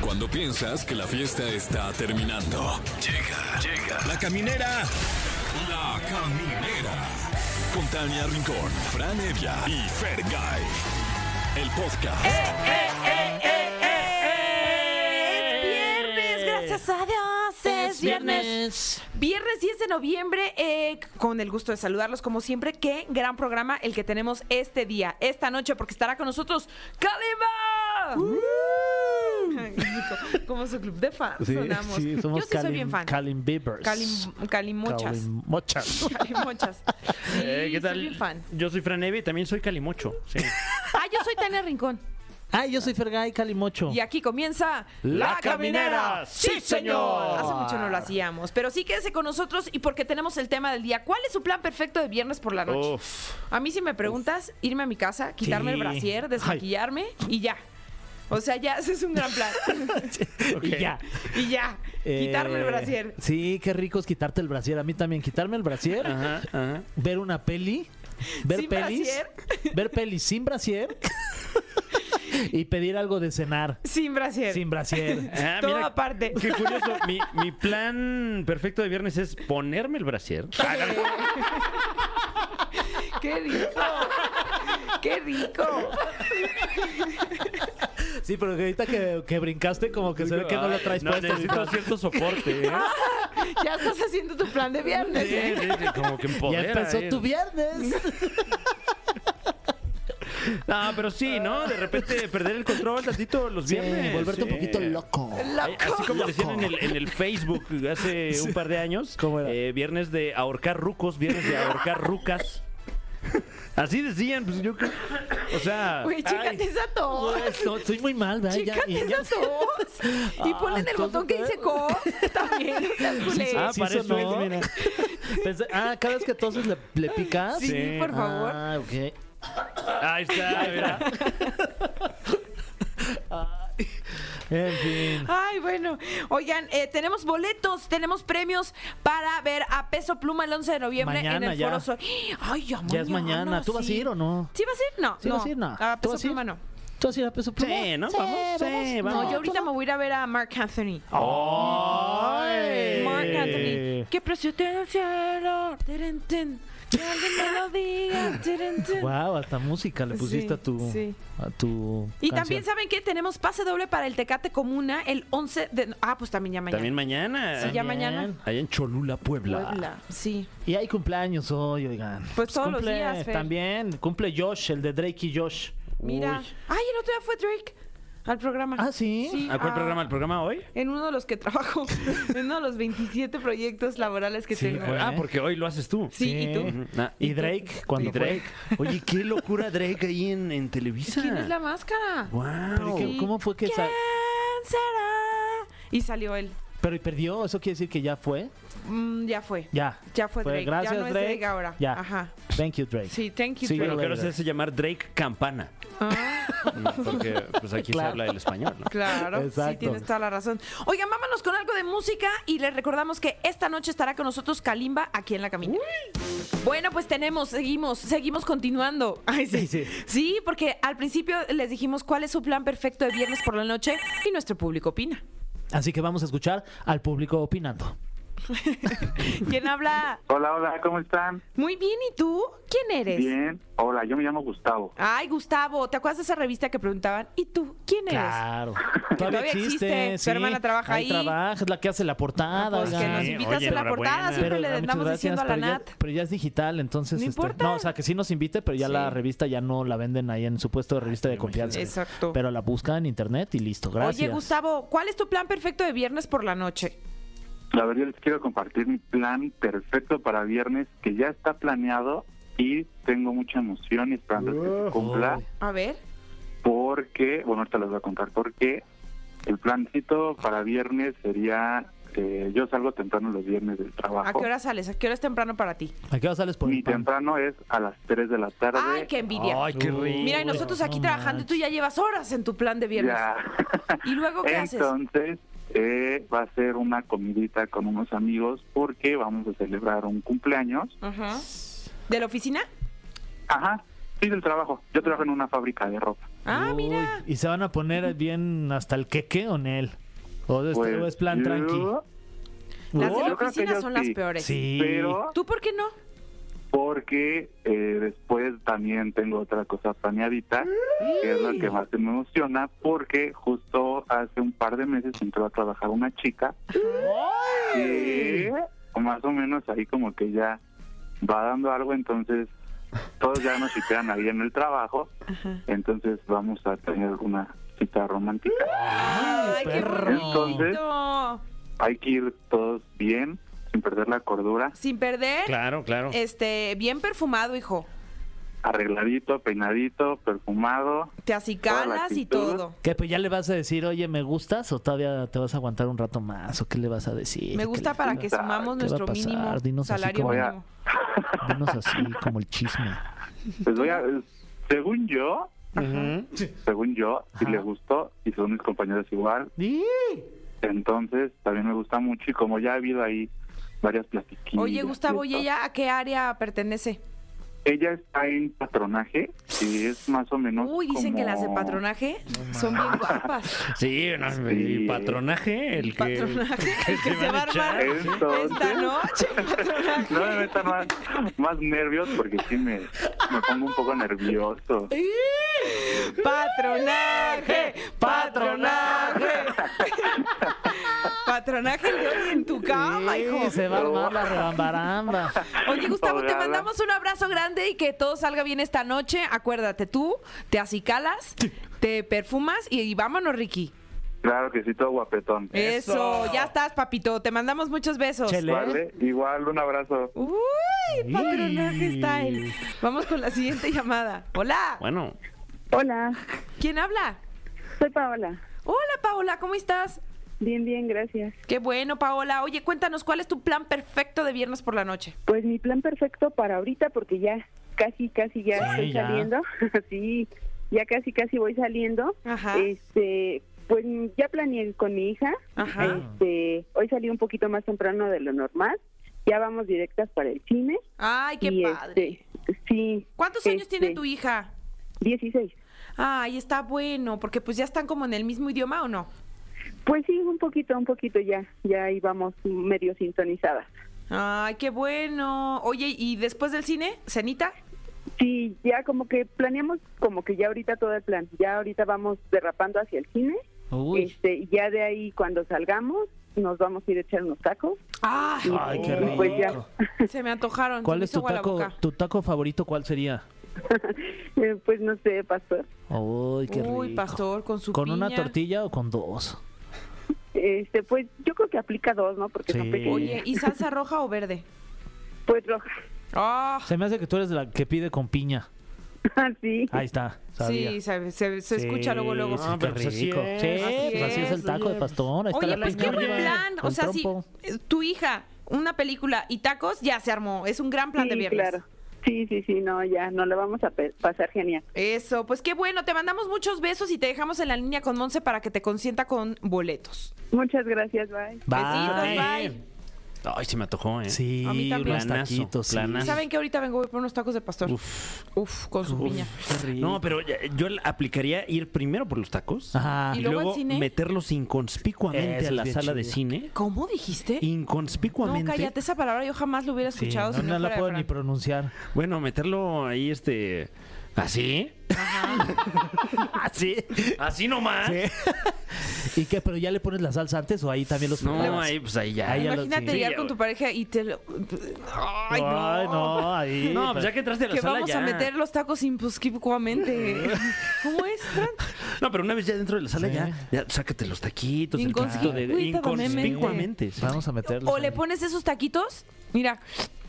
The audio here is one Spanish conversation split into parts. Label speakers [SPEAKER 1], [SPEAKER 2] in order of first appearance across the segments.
[SPEAKER 1] Cuando piensas que la fiesta está terminando. Llega, llega. La caminera. La caminera. Con Tania Rincón, Fran Evia y Fer El podcast.
[SPEAKER 2] Es viernes, gracias a Dios. Es, viernes. Viernes 10 de noviembre, eh, con el gusto de saludarlos como siempre. Qué gran programa el que tenemos este día, esta noche, porque estará con nosotros Kalimba.
[SPEAKER 3] Uh.
[SPEAKER 2] Como su club de fans
[SPEAKER 3] Sí,
[SPEAKER 2] sonamos.
[SPEAKER 3] sí, somos
[SPEAKER 2] Yo sí soy bien fan.
[SPEAKER 3] Kalin Beavers.
[SPEAKER 2] Kalim- Kalimochas.
[SPEAKER 3] Kalimochas.
[SPEAKER 2] Calimochas. Sí,
[SPEAKER 4] Eh, ¿Qué
[SPEAKER 2] Soy
[SPEAKER 4] tal?
[SPEAKER 2] bien fan.
[SPEAKER 4] Yo soy Fran Evia y también soy Calimocho. Sí.
[SPEAKER 2] Ah, yo soy Tania Rincón.
[SPEAKER 3] Ah, yo soy Fergay Calimocho.
[SPEAKER 2] Y aquí comienza
[SPEAKER 4] La Caminera. ¡Sí, señor!
[SPEAKER 2] Hace mucho no lo hacíamos, pero sí quédese con nosotros y porque tenemos el tema del día. ¿Cuál es su plan perfecto de viernes por la noche?
[SPEAKER 4] Uf.
[SPEAKER 2] A mí si me preguntas, irme a mi casa, quitarme el
[SPEAKER 4] Sí.
[SPEAKER 2] brasier, desmaquillarme y ya. O sea, ya ese es un gran plan.
[SPEAKER 4] Ok.
[SPEAKER 3] Y ya.
[SPEAKER 2] y ya,
[SPEAKER 3] Eh,
[SPEAKER 2] quitarme el brasier.
[SPEAKER 3] Sí, qué rico es quitarte el brasier. A mí también, quitarme el brasier,
[SPEAKER 4] Ajá, ajá.
[SPEAKER 3] ver una peli, ver
[SPEAKER 2] Ah. Sin
[SPEAKER 3] pelis,
[SPEAKER 2] brasier.
[SPEAKER 3] ver pelis sin brasier y pedir algo de cenar
[SPEAKER 2] Sin brasier.
[SPEAKER 3] sin brasier.
[SPEAKER 4] Ah,
[SPEAKER 2] Todo aparte.
[SPEAKER 4] Qué curioso. Mi, mi plan perfecto de viernes es ponerme el brasier.
[SPEAKER 3] Ah,
[SPEAKER 2] ¡Qué rico! ¡Qué rico!
[SPEAKER 3] Sí, pero que ahorita que, que brincaste, como que se ve que no lo traes
[SPEAKER 4] No,
[SPEAKER 3] puesto.
[SPEAKER 4] necesito cierto soporte. ¿eh?
[SPEAKER 2] Ah, Ya estás haciendo tu plan de
[SPEAKER 4] Sí,
[SPEAKER 2] viernes. ¿eh?
[SPEAKER 4] sí, sí, como que
[SPEAKER 3] Ya
[SPEAKER 4] empodera,
[SPEAKER 3] empezó
[SPEAKER 4] ¿eh?
[SPEAKER 3] tu viernes.
[SPEAKER 4] No, pero sí, ¿no? De repente perder el control tantito los viernes.
[SPEAKER 3] Sí, volverte un
[SPEAKER 4] sí.
[SPEAKER 3] poquito loco.
[SPEAKER 4] Ay, Así como decían en el, en el Facebook hace un par de años.
[SPEAKER 3] ¿Cómo era?
[SPEAKER 4] eh, viernes de ahorcar rucos, viernes de ahorcar rucas. Así decían, pues yo creo- O sea.
[SPEAKER 2] Güey, chécate
[SPEAKER 3] Ay.
[SPEAKER 2] esa tos.
[SPEAKER 3] Pues, No, estoy muy mal, ¿verdad? Ya-
[SPEAKER 2] Chécate
[SPEAKER 3] y- ya-
[SPEAKER 2] esa tos. Y ponle en el
[SPEAKER 3] entonces,
[SPEAKER 2] botón que dice cos. También, no seas culé.
[SPEAKER 3] Sí,
[SPEAKER 4] Ah,
[SPEAKER 3] sí
[SPEAKER 4] para
[SPEAKER 3] sonó.
[SPEAKER 4] eso es, mira.
[SPEAKER 3] Pensé- ah, cada vez que toses le, le picas.
[SPEAKER 2] Sí,
[SPEAKER 4] sí.
[SPEAKER 2] por favor.
[SPEAKER 3] Ah, ok.
[SPEAKER 4] Ahí está, mira.
[SPEAKER 3] En fin.
[SPEAKER 2] Ay, bueno. Oigan, eh, tenemos boletos, tenemos premios para ver a Peso Pluma el 11 de noviembre
[SPEAKER 3] Mañana
[SPEAKER 2] en el
[SPEAKER 3] ya.
[SPEAKER 2] Foro Sol. Ay, ya,
[SPEAKER 3] Ya es mañana. ¿Tú vas a
[SPEAKER 2] sí.
[SPEAKER 3] ir o no?
[SPEAKER 2] ¿Sí vas a ir? No.
[SPEAKER 3] ¿Sí
[SPEAKER 2] no.
[SPEAKER 3] vas a ir? No.
[SPEAKER 2] A
[SPEAKER 3] ¿Tú
[SPEAKER 2] Peso
[SPEAKER 3] vas a ir?
[SPEAKER 2] Pluma no.
[SPEAKER 3] ¿Tú vas a ir a peso pluma?
[SPEAKER 4] Sí, ¿no? Vamos, sí, vamos.
[SPEAKER 2] No, yo ahorita me voy a ir a ver a Mark Anthony.
[SPEAKER 4] Oh, ¡Ay!
[SPEAKER 2] Mark Anthony. Qué precio tiene el cielo. Tirin, tin. Que alguien me lo diga. Tirin, tin.
[SPEAKER 3] Wow, hasta música le pusiste
[SPEAKER 2] Sí,
[SPEAKER 3] a tu.
[SPEAKER 2] sí.
[SPEAKER 3] A tu
[SPEAKER 2] Y
[SPEAKER 3] canción.
[SPEAKER 2] también, ¿saben qué? Tenemos pase doble para el Tecate Comuna el 11 de... Ah, pues también ya mañana.
[SPEAKER 4] También mañana.
[SPEAKER 2] Sí, ya mañana.
[SPEAKER 4] Allá en Cholula, Puebla.
[SPEAKER 2] Puebla, sí.
[SPEAKER 3] Y hay cumpleaños hoy, oigan.
[SPEAKER 2] Pues todos los
[SPEAKER 3] cumple
[SPEAKER 2] días, Fer.
[SPEAKER 3] También cumple Josh, el de Drake y Josh.
[SPEAKER 2] Mira.
[SPEAKER 3] Uy.
[SPEAKER 2] Ay, el otro día fue Drake al programa.
[SPEAKER 3] Ah, ¿sí?
[SPEAKER 4] ¿A cuál
[SPEAKER 2] ah,
[SPEAKER 4] programa? ¿El programa hoy?
[SPEAKER 2] En uno de los que trabajo, en uno de los 27 proyectos laborales que tengo.
[SPEAKER 3] fue.
[SPEAKER 4] Ah, porque hoy lo haces tú.
[SPEAKER 2] Sí, ¿y tú?
[SPEAKER 4] Ujú. Ah,
[SPEAKER 3] Y Drake, cuando
[SPEAKER 4] Y Drake. Oye, qué locura Drake ahí en, en Televisa.
[SPEAKER 2] ¿Quién es la máscara?
[SPEAKER 3] Pero
[SPEAKER 4] Wow.
[SPEAKER 3] ¿qué- ¿Cómo fue que
[SPEAKER 2] ¿Quién
[SPEAKER 3] sa-
[SPEAKER 2] será? Y salió él.
[SPEAKER 3] Pero y perdió, eso quiere decir que ya fue.
[SPEAKER 2] Mm, ya fue.
[SPEAKER 3] Ya.
[SPEAKER 2] Ya fue Drake.
[SPEAKER 3] Gracias,
[SPEAKER 2] ya no
[SPEAKER 3] Drake.
[SPEAKER 2] es Drake ahora.
[SPEAKER 3] Ya.
[SPEAKER 2] Ajá.
[SPEAKER 3] Thank you, Drake.
[SPEAKER 2] Sí, thank you,
[SPEAKER 3] Sí,
[SPEAKER 2] Drake.
[SPEAKER 4] Pero quiero
[SPEAKER 3] Drake.
[SPEAKER 4] hacerse llamar Drake Campana.
[SPEAKER 2] Ah.
[SPEAKER 4] Porque pues aquí
[SPEAKER 3] Claro.
[SPEAKER 4] se habla el español, ¿no?
[SPEAKER 2] Claro, sí
[SPEAKER 3] Exacto.
[SPEAKER 2] tienes toda la razón. Oigan, vámonos con algo de música y les recordamos que esta noche estará con nosotros Kalimba aquí en la camina. Bueno, pues tenemos, seguimos, seguimos continuando. Ay, sí.
[SPEAKER 3] Sí,
[SPEAKER 2] Sí,
[SPEAKER 3] sí.
[SPEAKER 2] porque al principio les dijimos cuál es su plan perfecto de viernes por la noche y nuestro público opina.
[SPEAKER 3] Así que vamos a escuchar al público opinando.
[SPEAKER 2] ¿Quién habla?
[SPEAKER 5] Hola, hola, ¿cómo están?
[SPEAKER 2] Muy bien, ¿y tú? ¿Quién eres?
[SPEAKER 5] Bien. Hola, yo me llamo Gustavo.
[SPEAKER 2] Ay, Gustavo, ¿te acuerdas de esa revista que preguntaban? ¿Y tú? ¿Quién eres?
[SPEAKER 3] Claro.
[SPEAKER 2] Todavía existe. Su
[SPEAKER 3] sí.
[SPEAKER 2] hermana trabaja ahí.
[SPEAKER 3] trabaja, es la que hace la portada.
[SPEAKER 2] Pues que
[SPEAKER 3] oigan.
[SPEAKER 2] nos
[SPEAKER 4] Sí,
[SPEAKER 2] invita a
[SPEAKER 4] oye,
[SPEAKER 2] hacer la portada,
[SPEAKER 4] enhorabuena.
[SPEAKER 2] siempre le
[SPEAKER 3] ah, muchas
[SPEAKER 2] andamos
[SPEAKER 3] gracias,
[SPEAKER 2] diciendo a la
[SPEAKER 3] pero ya-
[SPEAKER 2] Nat.
[SPEAKER 3] pero ya es digital, entonces.
[SPEAKER 2] No
[SPEAKER 3] este,
[SPEAKER 2] importa.
[SPEAKER 3] no, o sea, que sí nos invite, pero ya
[SPEAKER 2] Sí.
[SPEAKER 3] la revista ya no la venden ahí en su puesto de revista de
[SPEAKER 4] me
[SPEAKER 3] confianza.
[SPEAKER 2] imagino. Exacto.
[SPEAKER 3] Pero la buscan en internet y listo. Gracias.
[SPEAKER 2] Oye, Gustavo, ¿cuál es tu plan perfecto de viernes por la noche?
[SPEAKER 5] La verdad, yo les quiero compartir mi plan perfecto para viernes que ya está planeado y tengo mucha emoción y esperando que se cumpla
[SPEAKER 3] Uy.
[SPEAKER 2] A ver.
[SPEAKER 5] porque, bueno, ahorita les voy a contar por qué. El plancito para viernes sería, eh, yo salgo temprano los viernes del trabajo.
[SPEAKER 2] ¿A qué hora sales? ¿A qué hora es temprano para ti?
[SPEAKER 3] ¿A qué hora sales por
[SPEAKER 5] Mi
[SPEAKER 3] el pan?
[SPEAKER 5] temprano es a las 3 de la tarde.
[SPEAKER 2] Ay, qué envidia.
[SPEAKER 4] Ay, qué
[SPEAKER 3] Uy.
[SPEAKER 4] rico.
[SPEAKER 2] Mira, y nosotros aquí
[SPEAKER 3] no
[SPEAKER 2] trabajando y tú ya llevas horas en tu plan de viernes.
[SPEAKER 5] Ya.
[SPEAKER 2] ¿Y luego qué haces?
[SPEAKER 5] Entonces, eh, va a ser una comidita con unos amigos porque vamos a celebrar un cumpleaños.
[SPEAKER 2] Ajá. ¿De la oficina?
[SPEAKER 5] Ajá, sí, del trabajo. Yo trabajo en una fábrica de ropa.
[SPEAKER 2] Ah,
[SPEAKER 3] Uy,
[SPEAKER 2] mira.
[SPEAKER 3] ¿Y se van a poner bien hasta el queque o Nel? ¿O este
[SPEAKER 5] Pues,
[SPEAKER 3] es plan
[SPEAKER 5] yo-
[SPEAKER 3] tranqui?
[SPEAKER 2] Las
[SPEAKER 5] Yo
[SPEAKER 2] de la
[SPEAKER 5] creo que
[SPEAKER 2] oficina
[SPEAKER 5] yo
[SPEAKER 2] son las
[SPEAKER 5] sí.
[SPEAKER 2] peores.
[SPEAKER 3] Sí.
[SPEAKER 5] Pero
[SPEAKER 2] ¿Tú por qué no?
[SPEAKER 5] porque eh, después también tengo otra cosa planeadita, que es la que más me emociona, porque justo hace un par de meses entró a trabajar una chica que más o menos ahí como que ya va dando algo, entonces todos ya nos chipean ahí en el trabajo, entonces vamos a tener una cita romántica.
[SPEAKER 2] Ay, qué
[SPEAKER 3] perro.
[SPEAKER 2] bonito.
[SPEAKER 5] Hay que ir todos bien, sin perder la cordura,
[SPEAKER 2] Sin perder,
[SPEAKER 4] Claro, claro.
[SPEAKER 2] este, bien perfumado, hijo.
[SPEAKER 5] arregladito, peinadito, perfumado.
[SPEAKER 2] Te acicalas y
[SPEAKER 5] actitud.
[SPEAKER 2] todo.
[SPEAKER 3] ¿Qué? Pues ya le vas a decir, oye, ¿me gustas? ¿O todavía te vas a aguantar un rato más? ¿O qué le vas a decir?
[SPEAKER 2] Me
[SPEAKER 3] ¿Qué
[SPEAKER 2] gusta
[SPEAKER 3] le-
[SPEAKER 2] para que
[SPEAKER 5] gusta?
[SPEAKER 2] sumamos
[SPEAKER 3] ¿Qué va a
[SPEAKER 2] nuestro
[SPEAKER 3] pasar?
[SPEAKER 2] mínimo
[SPEAKER 3] Dinos así
[SPEAKER 2] salario
[SPEAKER 3] como-
[SPEAKER 5] Voy a-
[SPEAKER 2] mínimo.
[SPEAKER 3] Dinos así, como el chisme.
[SPEAKER 5] Pues voy a, según yo,
[SPEAKER 4] Ujú.
[SPEAKER 5] según yo, si
[SPEAKER 3] Ajá.
[SPEAKER 5] le gustó y son mis compañeros igual,
[SPEAKER 3] ¡Sí!
[SPEAKER 5] entonces también me gusta mucho y como ya ha habido ahí varias platiquillas.
[SPEAKER 2] Oye, Gustavo,
[SPEAKER 5] y
[SPEAKER 2] ¿y
[SPEAKER 5] esto,
[SPEAKER 2] ella a qué área pertenece?
[SPEAKER 5] Ella está en patronaje, que es más o menos
[SPEAKER 2] Uy, dicen que
[SPEAKER 5] como-
[SPEAKER 2] las de patronaje son bien guapas.
[SPEAKER 4] Sí, no, el patronaje, el que.
[SPEAKER 2] patronaje, el que
[SPEAKER 4] te
[SPEAKER 2] se
[SPEAKER 4] van
[SPEAKER 2] va a
[SPEAKER 4] a echar.
[SPEAKER 2] armar
[SPEAKER 5] Entonces-
[SPEAKER 2] esta noche. patronaje.
[SPEAKER 5] No me metan más, más nervios porque sí me, me pongo un poco nervioso.
[SPEAKER 2] Patronaje, patronaje. Patronaje el de hoy en tu cama,
[SPEAKER 3] Sí,
[SPEAKER 2] hijo.
[SPEAKER 3] se va a armar la rebambaramba.
[SPEAKER 2] Oye, Gustavo, te
[SPEAKER 5] Ojalá.
[SPEAKER 2] mandamos un abrazo grande y que todo salga bien esta noche. Acuérdate, tú te acicalas, te perfumas y, y vámonos, Ricky.
[SPEAKER 5] Claro que sí, todo guapetón.
[SPEAKER 2] Eso. ya estás, papito. Te mandamos muchos besos.
[SPEAKER 3] Chele.
[SPEAKER 2] ¿eh?
[SPEAKER 5] Vale, igual un abrazo.
[SPEAKER 2] Uy, patronaje
[SPEAKER 3] Sí.
[SPEAKER 2] style. Vamos con la siguiente llamada. Hola.
[SPEAKER 4] Bueno,
[SPEAKER 6] Hola,
[SPEAKER 2] ¿Quién habla?
[SPEAKER 6] soy Paola.
[SPEAKER 2] Hola, Paola, ¿cómo estás?
[SPEAKER 6] Bien, bien, gracias.
[SPEAKER 2] Qué bueno, Paola. Oye, cuéntanos, ¿cuál es tu plan perfecto de viernes por la noche?
[SPEAKER 6] Pues mi plan perfecto para ahorita, porque ya casi, casi ya
[SPEAKER 3] Sí,
[SPEAKER 6] estoy
[SPEAKER 3] ya.
[SPEAKER 6] saliendo. sí, ya casi, casi voy saliendo.
[SPEAKER 2] Ajá.
[SPEAKER 6] Este, pues ya planeé con mi hija.
[SPEAKER 2] Ajá.
[SPEAKER 6] Este, hoy salí un poquito más temprano de lo normal. Ya vamos directas para el cine.
[SPEAKER 2] Ay, qué
[SPEAKER 6] Y,
[SPEAKER 2] padre.
[SPEAKER 6] este, sí.
[SPEAKER 2] ¿Cuántos años
[SPEAKER 6] este,
[SPEAKER 2] tiene tu hija?
[SPEAKER 6] 16.
[SPEAKER 2] Ay, está bueno, porque pues ya están como en el mismo idioma o no.
[SPEAKER 6] Pues sí, un poquito, un poquito ya. Ya ahí vamos medio sintonizadas.
[SPEAKER 2] Ay, qué bueno. Oye, ¿y después del cine? ¿Cenita?
[SPEAKER 6] Sí, ya como que planeamos como que ya ahorita todo el plan. Ya ahorita vamos derrapando hacia el cine.
[SPEAKER 3] Uy.
[SPEAKER 6] Este, y ya de ahí cuando salgamos nos vamos a ir a echar unos tacos.
[SPEAKER 2] Ay,
[SPEAKER 3] Ay, qué
[SPEAKER 6] Y pues ya.
[SPEAKER 3] rico.
[SPEAKER 2] se me antojaron. se
[SPEAKER 3] Ah. ¿Cuál
[SPEAKER 2] me
[SPEAKER 3] es
[SPEAKER 2] hizo
[SPEAKER 3] tu
[SPEAKER 2] agua la
[SPEAKER 3] taco,
[SPEAKER 2] boca.
[SPEAKER 3] tu taco favorito? ¿Cuál sería?
[SPEAKER 6] Eh, pues no sé, pastor.
[SPEAKER 3] Uy, qué rico.
[SPEAKER 2] Uy, pastor, con su
[SPEAKER 3] ¿Con una
[SPEAKER 2] piña.
[SPEAKER 3] tortilla o con dos?
[SPEAKER 6] Este, pues yo creo que aplica dos, ¿no? Porque
[SPEAKER 3] Sí.
[SPEAKER 6] son pequeños.
[SPEAKER 2] Oye, ¿y salsa roja o verde?
[SPEAKER 6] Pues roja.
[SPEAKER 2] Ah,
[SPEAKER 3] Se me hace que tú eres la que pide con piña.
[SPEAKER 6] Ah, sí.
[SPEAKER 3] Ahí está, sabía.
[SPEAKER 2] sí, se, se- se escucha
[SPEAKER 3] Sí,
[SPEAKER 2] luego, luego.
[SPEAKER 3] sí,
[SPEAKER 4] Ah,
[SPEAKER 3] qué
[SPEAKER 4] pero
[SPEAKER 3] rico.
[SPEAKER 4] pues así
[SPEAKER 3] Sí,
[SPEAKER 4] es.
[SPEAKER 2] Así
[SPEAKER 3] pues así es
[SPEAKER 2] es,
[SPEAKER 3] el taco de pastor. Ahí está
[SPEAKER 2] Oye,
[SPEAKER 3] la
[SPEAKER 2] pues qué
[SPEAKER 3] piña,
[SPEAKER 2] buen plan. O
[SPEAKER 3] el
[SPEAKER 2] sea, si
[SPEAKER 3] trompo.
[SPEAKER 2] eh, tu hija, una película y tacos, ya se armó. Es un gran plan de
[SPEAKER 6] Sí,
[SPEAKER 2] viernes.
[SPEAKER 6] claro. Sí, sí, sí, no, ya, no la vamos a pe- pasar genial.
[SPEAKER 2] Eso, pues qué bueno. Te mandamos muchos besos y te dejamos en la línea con Monse para que te consienta con boletos.
[SPEAKER 6] Muchas gracias, bye.
[SPEAKER 2] Besitos,
[SPEAKER 3] Ah.
[SPEAKER 2] bye.
[SPEAKER 4] Ay, se me antojó, ¿eh?
[SPEAKER 3] Sí,
[SPEAKER 2] A mí también.
[SPEAKER 3] unos
[SPEAKER 4] Planazo,
[SPEAKER 3] taquitos. sí.
[SPEAKER 4] planazo.
[SPEAKER 2] Pues, ¿Saben que ahorita vengo voy por unos tacos de pastor? Uf,
[SPEAKER 4] Uf.
[SPEAKER 2] con su piña.
[SPEAKER 3] Qué rico.
[SPEAKER 4] No, pero ya- yo le aplicaría ir primero por los tacos
[SPEAKER 3] Ajá.
[SPEAKER 2] ¿Y
[SPEAKER 4] y
[SPEAKER 2] luego
[SPEAKER 4] luego
[SPEAKER 2] al cine?
[SPEAKER 4] meterlos inconspicuamente
[SPEAKER 3] Eso
[SPEAKER 4] a
[SPEAKER 3] es
[SPEAKER 4] la
[SPEAKER 3] bien
[SPEAKER 4] sala de
[SPEAKER 3] chido.
[SPEAKER 4] cine.
[SPEAKER 2] ¿Cómo dijiste? ¿Eh? No,
[SPEAKER 4] Inconspicuamente.
[SPEAKER 2] cállate, esa palabra yo jamás lo hubiera
[SPEAKER 3] Sí,
[SPEAKER 2] escuchado.
[SPEAKER 3] no,
[SPEAKER 2] si no,
[SPEAKER 3] no la
[SPEAKER 2] fuera de
[SPEAKER 3] puedo ni
[SPEAKER 2] Fran.
[SPEAKER 3] pronunciar.
[SPEAKER 4] Bueno, meterlo ahí, este. Así. así. Así nomás.
[SPEAKER 3] ¿Y qué? ¿Pero ya le pones la salsa antes o ahí también los
[SPEAKER 4] No,
[SPEAKER 3] preparas?
[SPEAKER 4] ahí, pues ahí ya.
[SPEAKER 3] Ahí ya lo-
[SPEAKER 2] Imagínate
[SPEAKER 3] sí.
[SPEAKER 2] llegar
[SPEAKER 4] Sí,
[SPEAKER 2] con
[SPEAKER 4] ya,
[SPEAKER 2] tu
[SPEAKER 4] güey.
[SPEAKER 2] pareja y te lo... Ay, no.
[SPEAKER 3] Ay, no, ahí.
[SPEAKER 4] No, pues ya que entraste a la
[SPEAKER 2] Que
[SPEAKER 4] sala
[SPEAKER 2] vamos
[SPEAKER 4] ya.
[SPEAKER 2] a meter los tacos impusquicuamente. ¿Cómo es, Fran?
[SPEAKER 4] No, pero una vez ya dentro de la sala
[SPEAKER 3] Sí.
[SPEAKER 4] ya, ya sácate los taquitos, el
[SPEAKER 2] Inconspicu-
[SPEAKER 4] taquito de
[SPEAKER 2] cuidadosamente.
[SPEAKER 4] inconspicuamente. sí.
[SPEAKER 3] Vamos a meterlo.
[SPEAKER 2] O le pones esos taquitos, mira,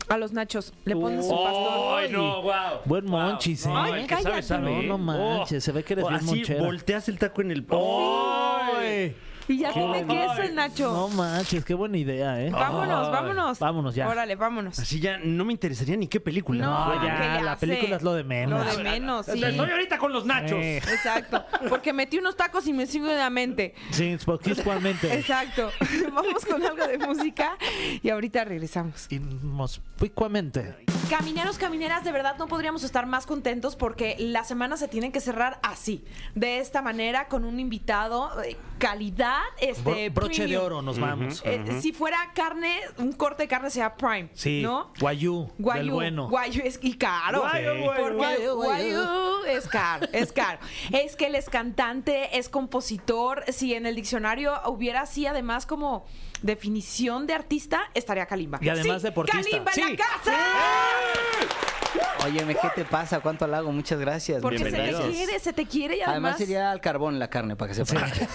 [SPEAKER 2] a los nachos, le pones un pastor.
[SPEAKER 4] Ay, no, wow.
[SPEAKER 3] Buen monchis, ¿eh?
[SPEAKER 4] Ay, el que sabe,
[SPEAKER 2] cállate.
[SPEAKER 4] sabe,
[SPEAKER 3] No,
[SPEAKER 4] ¿eh?
[SPEAKER 3] no manches, se ve que eres
[SPEAKER 4] Oh,
[SPEAKER 3] bien
[SPEAKER 4] así
[SPEAKER 3] monchera.
[SPEAKER 4] volteas el taco en el. ¡Ay!
[SPEAKER 3] ¡Ay!
[SPEAKER 2] Y ya
[SPEAKER 3] Qué
[SPEAKER 2] come
[SPEAKER 3] bueno.
[SPEAKER 2] queso el Nacho.
[SPEAKER 3] No manches, qué buena idea, ¿eh?
[SPEAKER 2] Vámonos, vámonos.
[SPEAKER 3] Vámonos ya.
[SPEAKER 2] Órale, vámonos.
[SPEAKER 4] Así ya no me interesaría ni qué película.
[SPEAKER 2] No,
[SPEAKER 3] No,
[SPEAKER 2] ¿qué le
[SPEAKER 3] ya, la
[SPEAKER 2] hace?
[SPEAKER 3] película es lo de menos.
[SPEAKER 2] Lo de menos, sí.
[SPEAKER 4] Estoy ahorita con los nachos.
[SPEAKER 3] Eh,
[SPEAKER 2] Exacto. Porque metí unos tacos y me sigo de la mente.
[SPEAKER 3] sí, promiscuamente.
[SPEAKER 2] Exacto. Vamos con algo de música y ahorita regresamos.
[SPEAKER 3] Inmospicuamente.
[SPEAKER 2] Camineros, camineras, de verdad no podríamos estar más contentos porque las semanas se tienen que cerrar así, de esta manera, con un invitado, eh, calidad, este
[SPEAKER 3] Bro- broche de
[SPEAKER 2] premium.
[SPEAKER 3] oro, nos vamos.
[SPEAKER 2] Eh, Si fuera carne, un corte de carne sea prime,
[SPEAKER 3] Sí,
[SPEAKER 2] ¿no?
[SPEAKER 3] guayú, del
[SPEAKER 2] Guayu,
[SPEAKER 3] bueno.
[SPEAKER 2] guayu es y caro.
[SPEAKER 4] Guayu,
[SPEAKER 2] Sí.
[SPEAKER 4] guayu.
[SPEAKER 2] Porque
[SPEAKER 3] Guayu, guayu.
[SPEAKER 2] guayu es caro, es caro. es que él es cantante, es compositor. Si en el diccionario hubiera así, además, como definición de artista, estaría Kalimba.
[SPEAKER 3] Y además
[SPEAKER 2] Sí,
[SPEAKER 3] deportista.
[SPEAKER 2] ¡Kalimba en
[SPEAKER 3] Sí. ¡Eh!
[SPEAKER 2] la casa!
[SPEAKER 7] Óyeme, ¿qué te pasa? ¿Cuánto la hago? Muchas gracias.
[SPEAKER 2] Porque
[SPEAKER 7] muchas
[SPEAKER 2] se te
[SPEAKER 7] gracias.
[SPEAKER 2] quiere, se te quiere y además.
[SPEAKER 7] Además iría al carbón la carne para que se parche.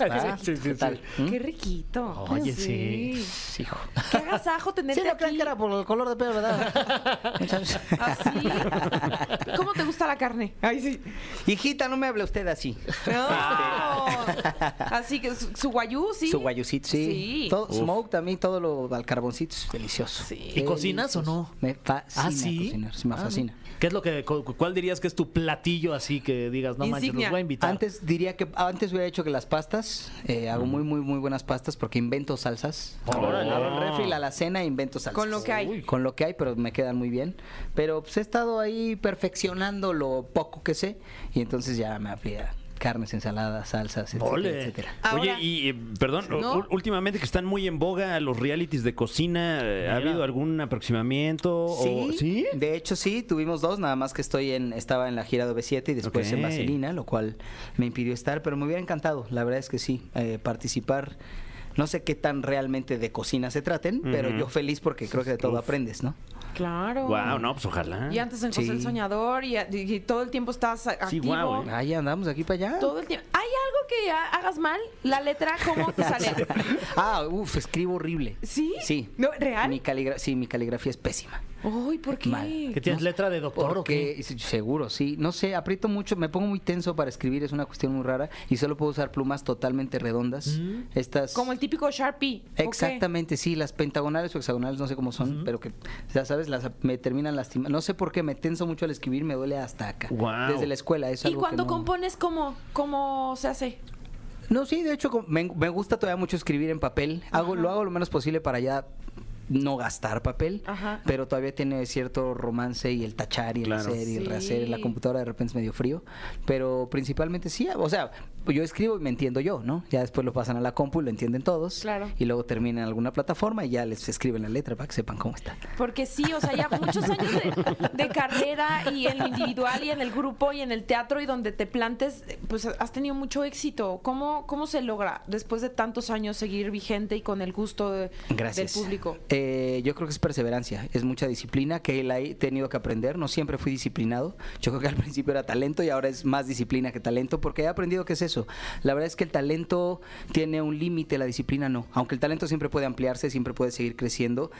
[SPEAKER 7] ¿Va?
[SPEAKER 3] Sí, sí, sí,
[SPEAKER 7] ¿Qué tal? ¿Mm?
[SPEAKER 2] Qué riquito.
[SPEAKER 3] Oye, sí.
[SPEAKER 7] Hijo.
[SPEAKER 2] Qué agasajo tenerte
[SPEAKER 7] Sí, no crean
[SPEAKER 2] aquí.
[SPEAKER 7] que era por el color de pelo, ¿verdad? Muchachos.
[SPEAKER 2] Así. ¿Ah, ¿Cómo te gusta la carne? Ay, sí.
[SPEAKER 7] Hijita, no me hable usted así. Este,
[SPEAKER 2] No. Así que su, su guayú, sí.
[SPEAKER 7] Su guayucito, sí.
[SPEAKER 2] Sí.
[SPEAKER 7] Todo, smoke también, todo lo al carboncito, es delicioso.
[SPEAKER 3] ¿Y cocinas o no?
[SPEAKER 7] Me fascina
[SPEAKER 3] Ah, sí.
[SPEAKER 7] cocinar, sí, pues, me
[SPEAKER 3] Ah,
[SPEAKER 7] fascina.
[SPEAKER 3] ¿Qué es lo que, cu- cuál dirías que es tu platillo así que digas, no manches,
[SPEAKER 2] Insignia.
[SPEAKER 3] los voy a invitar?
[SPEAKER 7] Antes diría que antes hubiera hecho que las pastas, eh, hago muy muy muy buenas pastas porque invento salsas.
[SPEAKER 4] Órale.
[SPEAKER 7] Abro el refri, la alacena e invento salsas.
[SPEAKER 2] Con lo que hay. Uy.
[SPEAKER 7] Con lo que hay, pero me quedan muy bien. Pero pues he estado ahí perfeccionando lo poco que sé y entonces ya me abría carnes, ensaladas, salsas, etcétera,
[SPEAKER 3] Ole.
[SPEAKER 7] etcétera.
[SPEAKER 2] Ahora-
[SPEAKER 4] Oye, y eh, perdón,
[SPEAKER 2] ¿No?
[SPEAKER 4] u- últimamente que están muy en boga los realities de cocina, eh,
[SPEAKER 3] Mira.
[SPEAKER 4] ¿ha habido algún aproximamiento? o- ¿Sí?
[SPEAKER 7] De hecho, sí, tuvimos dos, nada más que estoy en, estaba en la gira de B7 y después
[SPEAKER 4] Ok.
[SPEAKER 7] en Vaselina, lo cual me impidió estar, pero me hubiera encantado, la verdad es que sí, eh, participar. No sé qué tan realmente de cocina se traten, pero yo feliz porque creo que de todo aprendes, ¿no?
[SPEAKER 2] Claro.
[SPEAKER 4] Wow, no, pues ojalá.
[SPEAKER 2] Y antes en José
[SPEAKER 7] Sí.
[SPEAKER 2] el Soñador y, y- y todo el tiempo estás a-
[SPEAKER 4] Sí,
[SPEAKER 2] activo.
[SPEAKER 4] guau, ¿eh?
[SPEAKER 7] Ahí andamos, de aquí para allá.
[SPEAKER 2] Todo el tiempo. ¿Hay algo que ha- hagas mal? La letra, ¿cómo te sale?
[SPEAKER 7] ah, uff, escribo horrible.
[SPEAKER 2] ¿Sí?
[SPEAKER 7] Sí.
[SPEAKER 2] No, ¿real?
[SPEAKER 7] Mi caligra- sí, mi caligrafía es pésima.
[SPEAKER 2] Uy, ¿por qué?
[SPEAKER 7] Mal.
[SPEAKER 3] ¿Que tienes letra de doctor o
[SPEAKER 7] Porque,
[SPEAKER 3] qué?
[SPEAKER 7] seguro, sí. No sé, aprieto mucho, me pongo muy tenso para escribir, es una cuestión muy rara. Y solo puedo usar plumas totalmente redondas.
[SPEAKER 3] Mm.
[SPEAKER 7] Estas.
[SPEAKER 2] Como el típico Sharpie. ¿o qué?
[SPEAKER 7] Exactamente, sí, las pentagonales o hexagonales, no sé cómo son, pero que, ya sabes, las, me terminan lastimando. No sé por qué, me tenso mucho al escribir, me duele hasta acá.
[SPEAKER 4] Guau.
[SPEAKER 7] Desde la escuela, es
[SPEAKER 2] ¿Y
[SPEAKER 7] algo que
[SPEAKER 2] cuando
[SPEAKER 7] no-
[SPEAKER 2] compones, ¿cómo, cómo se hace?
[SPEAKER 7] No, sí, de hecho, como- me, me gusta todavía mucho escribir en papel. Hago, lo hago lo menos posible para ya no gastar papel,
[SPEAKER 2] Ajá.
[SPEAKER 7] pero todavía tiene cierto romance y el tachar y el
[SPEAKER 4] Claro.
[SPEAKER 7] hacer y el
[SPEAKER 2] Sí.
[SPEAKER 7] rehacer. en La computadora de repente es medio frío, pero principalmente sí. O sea, yo escribo y me entiendo yo, ¿no? Ya después lo pasan a la compu y lo entienden todos.
[SPEAKER 2] Claro.
[SPEAKER 7] Y luego termina en alguna plataforma y ya les escriben la letra para que sepan cómo está.
[SPEAKER 2] Porque sí, o sea, ya muchos años de, de carrera y en lo individual y en el grupo y en el teatro y donde te plantes, pues has tenido mucho éxito. ¿Cómo, cómo se logra después de tantos años seguir vigente y con el gusto de- del
[SPEAKER 7] Gracias.
[SPEAKER 2] público?
[SPEAKER 7] Eh, yo creo que es perseverancia, es mucha disciplina que la he tenido que aprender. No siempre fui disciplinado. Yo creo que al principio era talento y ahora es más disciplina que talento porque he aprendido que es eso. La verdad es que el talento tiene un límite, la disciplina no. Aunque el talento siempre puede ampliarse, siempre puede seguir creciendo.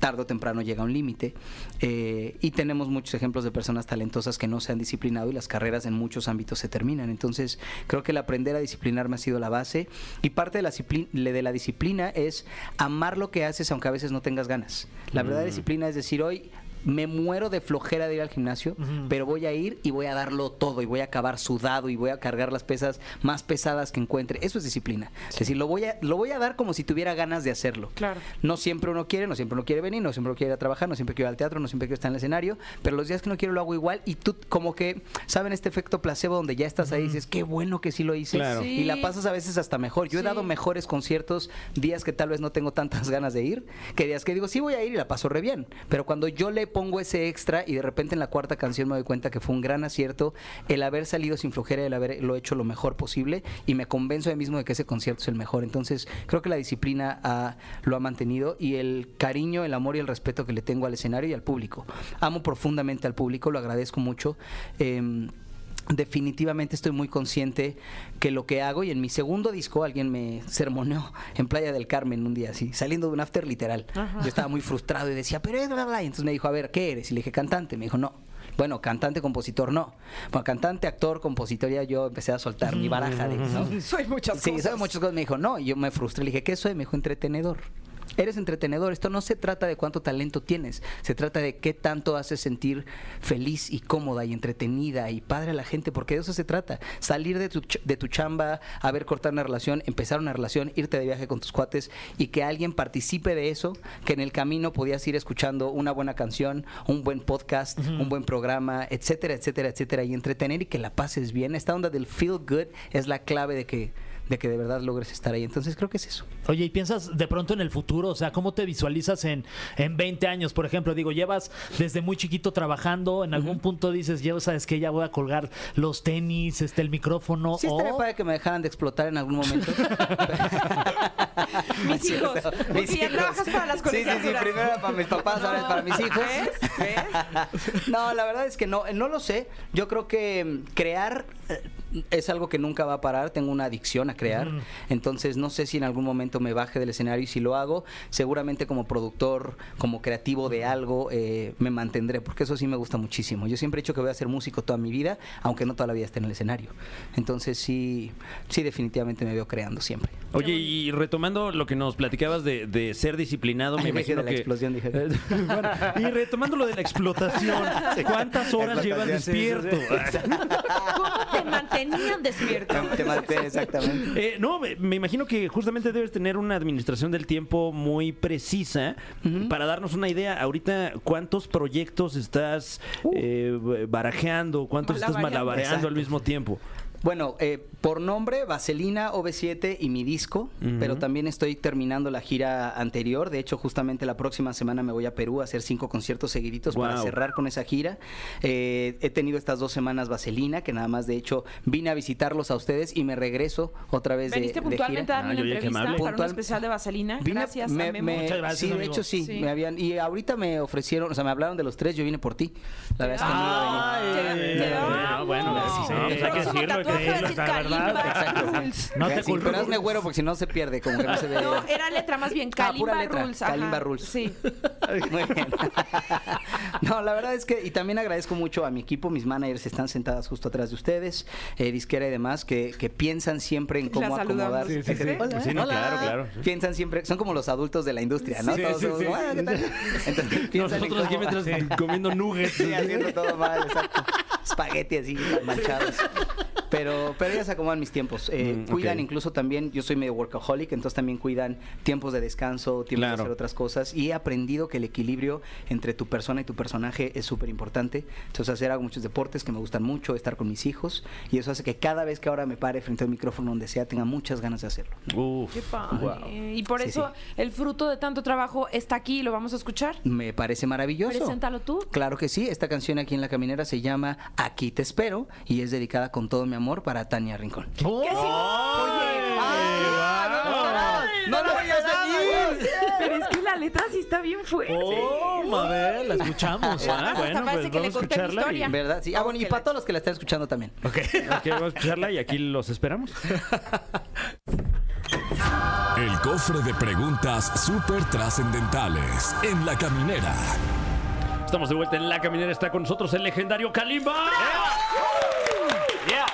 [SPEAKER 7] Tarde o temprano llega un límite. Eh, y tenemos muchos ejemplos de personas talentosas que no se han disciplinado y las carreras en muchos ámbitos se terminan. Entonces, creo que el aprender a disciplinarme ha sido la base. Y parte de la, disciplin- le- de la disciplina es amar lo que haces aunque a veces no tengas ganas. La verdadera disciplina es decir, hoy me muero de flojera de ir al gimnasio, pero voy a ir y voy a darlo todo y voy a acabar sudado y voy a cargar las pesas más pesadas que encuentre. Eso es disciplina. Es decir, lo voy, a, lo voy a dar como si tuviera ganas de hacerlo.
[SPEAKER 2] Claro.
[SPEAKER 7] No siempre uno quiere, no siempre uno quiere venir, no siempre uno quiere ir a trabajar, no siempre quiero ir al teatro, no siempre quiero estar en el escenario, pero los días que no quiero lo hago igual y tú como que, ¿saben este efecto placebo donde ya estás ahí y dices, qué bueno que sí lo hice?
[SPEAKER 4] Claro.
[SPEAKER 2] Sí.
[SPEAKER 7] Y la pasas a veces hasta mejor. Yo he
[SPEAKER 2] Sí.
[SPEAKER 7] dado mejores conciertos, días que tal vez no tengo tantas ganas de ir, que días que digo, sí voy a ir y la paso re bien, pero cuando yo le pongo ese extra y de repente en la cuarta canción me doy cuenta que fue un gran acierto el haber salido sin flojera, el haberlo hecho lo mejor posible y me convenzo a mí mismo de que ese concierto es el mejor. Entonces, creo que la disciplina ah, lo ha mantenido y el cariño, el amor y el respeto que le tengo al escenario y al público. Amo profundamente al público, lo agradezco mucho. Em, Definitivamente estoy muy consciente que lo que hago, y en mi segundo disco alguien me sermoneó en Playa del Carmen un día así, saliendo de un after literal. Yo estaba muy frustrado y decía, pero es bla, bla, bla". Y entonces me dijo, a ver, ¿qué eres? Y le dije, cantante. Me dijo, no. Bueno, cantante, compositor, no. Bueno, cantante, actor, compositor, ya yo empecé a soltar mi baraja de. ¿no?
[SPEAKER 2] Soy muchas
[SPEAKER 7] Sí,
[SPEAKER 2] cosas.
[SPEAKER 7] sabe muchas cosas. Me dijo, no, y yo me frustré. Le dije, ¿qué soy? Me dijo, entretenedor. Eres entretenedor. Esto no se trata de cuánto talento tienes. Se trata de qué tanto haces sentir feliz y cómoda y entretenida y padre a la gente, porque de eso se trata. Salir de tu, ch- de tu chamba, haber cortado una relación, empezar una relación, irte de viaje con tus cuates y que alguien participe de eso, que en el camino podías ir escuchando una buena canción, un buen podcast, un buen programa, etcétera, etcétera, etcétera, y entretener y que la pases bien. Esta onda del feel good es la clave de que de que de verdad logres estar ahí. Entonces creo que es eso.
[SPEAKER 3] Oye, ¿y piensas de pronto en el futuro? O sea, ¿cómo te visualizas en, en 20 años? Por ejemplo, digo, llevas desde muy chiquito trabajando, en algún punto dices, ya sabes que ya voy a colgar los tenis, este, el micrófono.
[SPEAKER 7] Sí
[SPEAKER 3] o-
[SPEAKER 7] estaría padre que me dejaran de explotar en algún momento.
[SPEAKER 2] Mis hijos. Porque
[SPEAKER 7] Mis
[SPEAKER 2] ya
[SPEAKER 7] hijos.
[SPEAKER 2] trabajas para las
[SPEAKER 7] Sí, sí,
[SPEAKER 2] colegiaturas.
[SPEAKER 7] sí, primero era para mis papás, ahora es para mis hijos.
[SPEAKER 2] ¿Ves? ¿Ves?
[SPEAKER 7] No, la verdad es que no, no lo sé. Yo creo que mm, crear eh, es algo que nunca va a parar. Tengo una adicción a crear. Entonces no sé si en algún momento me baje del escenario y si lo hago, seguramente como productor, como creativo de algo, eh, me mantendré, porque eso sí me gusta muchísimo. Yo siempre he dicho que voy a ser músico toda mi vida, aunque no toda la vida esté en el escenario. Entonces sí, sí definitivamente me veo creando siempre.
[SPEAKER 4] Oye, y retomando lo que nos platicabas de, de ser disciplinado, me
[SPEAKER 7] Ay, dije
[SPEAKER 4] imagino
[SPEAKER 7] de la
[SPEAKER 4] que... Eh,
[SPEAKER 7] explosión, dije.
[SPEAKER 4] Bueno, y retomando lo de la explotación, ¿cuántas horas llevas
[SPEAKER 7] Explotación, sí,
[SPEAKER 4] despierto?
[SPEAKER 2] ¿Cómo te mantenían despierto?
[SPEAKER 7] Te manté, exactamente.
[SPEAKER 4] Eh, no, me, me imagino que justamente debes tener una administración del tiempo muy precisa para darnos una idea ahorita cuántos proyectos estás eh, barajeando, cuántos estás
[SPEAKER 2] Malabareando.
[SPEAKER 4] malabareando al
[SPEAKER 7] Uh. Exacto.
[SPEAKER 4] mismo tiempo.
[SPEAKER 7] Bueno, eh, por nombre, Vaselina, OV7 y mi disco,
[SPEAKER 4] Ujú.
[SPEAKER 7] pero también estoy terminando la gira anterior. De hecho, justamente la próxima semana me voy a Perú a hacer cinco conciertos seguiditos para
[SPEAKER 4] Guau.
[SPEAKER 7] cerrar con esa gira. Eh, he tenido estas dos semanas Vaselina, que nada más, de hecho, vine a visitarlos a ustedes y me regreso otra vez de,
[SPEAKER 2] Veniste
[SPEAKER 7] de
[SPEAKER 2] puntualmente a
[SPEAKER 7] gira.
[SPEAKER 2] darme
[SPEAKER 4] Ah,
[SPEAKER 2] una
[SPEAKER 4] yo dije que
[SPEAKER 2] entrevista
[SPEAKER 4] amable.
[SPEAKER 2] para un
[SPEAKER 7] Puntual-
[SPEAKER 2] especial de Vaselina.
[SPEAKER 7] Vine-
[SPEAKER 2] Gracias a
[SPEAKER 7] me-
[SPEAKER 2] Memo.
[SPEAKER 7] me-
[SPEAKER 3] Muchas gracias,
[SPEAKER 7] Sí, de
[SPEAKER 3] amigo.
[SPEAKER 7] hecho sí,
[SPEAKER 2] Sí.
[SPEAKER 7] me habían y ahorita me ofrecieron, o sea, me hablaron de los tres, yo vine por ti. La verdad es que no iba a venir.
[SPEAKER 2] Ay,
[SPEAKER 4] Te
[SPEAKER 2] te amo.
[SPEAKER 4] amo. bueno,
[SPEAKER 3] gracias, sí.
[SPEAKER 4] no, pues hay que
[SPEAKER 2] Próximo
[SPEAKER 4] decirlo, hay que
[SPEAKER 2] tatuaje va a decir
[SPEAKER 4] decirlo, la verdad.
[SPEAKER 2] Kalimba
[SPEAKER 7] Exacto.
[SPEAKER 2] Rules.
[SPEAKER 3] No te
[SPEAKER 7] Así,
[SPEAKER 3] culpo.
[SPEAKER 7] Pero hazme güero porque si no se pierde, como que no se ve.
[SPEAKER 2] No, era letra más bien
[SPEAKER 7] Ah, pura
[SPEAKER 2] Kalimba
[SPEAKER 7] letra,
[SPEAKER 2] Rules. ajá.
[SPEAKER 7] Kalimba Rules.
[SPEAKER 2] Sí.
[SPEAKER 7] Muy bien. No, la verdad es que, y también agradezco mucho a mi equipo, mis managers están sentadas justo atrás de ustedes, eh, disquera y demás, que, que piensan siempre en cómo
[SPEAKER 2] Las saludamos.
[SPEAKER 7] acomodar.
[SPEAKER 2] Sí, sí, sí.
[SPEAKER 7] Hola,
[SPEAKER 4] Sí, no,
[SPEAKER 7] hola.
[SPEAKER 4] claro, claro.
[SPEAKER 7] Piensan siempre, son como los adultos de la industria, ¿no?
[SPEAKER 4] Sí,
[SPEAKER 7] Todos
[SPEAKER 4] sí,
[SPEAKER 7] somos,
[SPEAKER 4] sí.
[SPEAKER 7] "Ah, ¿qué tal?" Entonces piensan en
[SPEAKER 4] Nosotros aquí
[SPEAKER 7] cómo-
[SPEAKER 4] mientras
[SPEAKER 7] Sí.
[SPEAKER 4] comiendo nuggets.
[SPEAKER 7] Sí, haciendo todo mal, exacto. Espagueti así, manchados. Pero, pero ellas acomodan mis tiempos. Eh,
[SPEAKER 4] Mm, ok.
[SPEAKER 7] cuidan incluso también, yo soy medio workaholic, entonces también cuidan tiempos de descanso, tiempos
[SPEAKER 4] Claro.
[SPEAKER 7] de hacer otras cosas. Y he aprendido que el equilibrio entre tu persona y tu personaje es súper importante. Entonces hacer hago muchos deportes que me gustan mucho, estar con mis hijos. Y eso hace que cada vez que ahora me pare frente al micrófono donde sea, tenga muchas ganas de hacerlo.
[SPEAKER 4] Uf.
[SPEAKER 2] Qué padre.
[SPEAKER 7] Wow.
[SPEAKER 2] Y por
[SPEAKER 7] Sí,
[SPEAKER 2] eso el fruto de tanto trabajo está aquí y lo vamos a escuchar.
[SPEAKER 7] Me parece maravilloso.
[SPEAKER 2] Preséntalo tú.
[SPEAKER 7] Claro que sí, esta canción aquí en La Caminera se llama Aquí te espero y es dedicada con todo mi amor para Tania Rincón.
[SPEAKER 3] ¡Oh!
[SPEAKER 2] Oye,
[SPEAKER 7] Ah, no, no, no, no, no, no, no, no,
[SPEAKER 2] Pero es que la letra sí está bien fuerte.
[SPEAKER 3] Oh, a ver, la escuchamos.
[SPEAKER 2] Además,
[SPEAKER 4] ¿eh?
[SPEAKER 3] ¿ah?
[SPEAKER 2] hasta
[SPEAKER 3] Bueno,
[SPEAKER 2] parece
[SPEAKER 3] pues
[SPEAKER 2] que le
[SPEAKER 3] vamos
[SPEAKER 2] conté
[SPEAKER 3] a
[SPEAKER 2] mi
[SPEAKER 3] escucharla. y-
[SPEAKER 2] historia.
[SPEAKER 7] ¿Verdad? Sí. Ah, bueno, y
[SPEAKER 2] Ok,
[SPEAKER 7] para
[SPEAKER 2] la-
[SPEAKER 7] todos los que la están escuchando también.
[SPEAKER 4] Ok, vamos a escucharla y aquí los esperamos.
[SPEAKER 1] El cofre de preguntas súper trascendentales en la caminera.
[SPEAKER 4] Estamos de vuelta en La Caminera. Está con nosotros el legendario Kalimba. Yeah.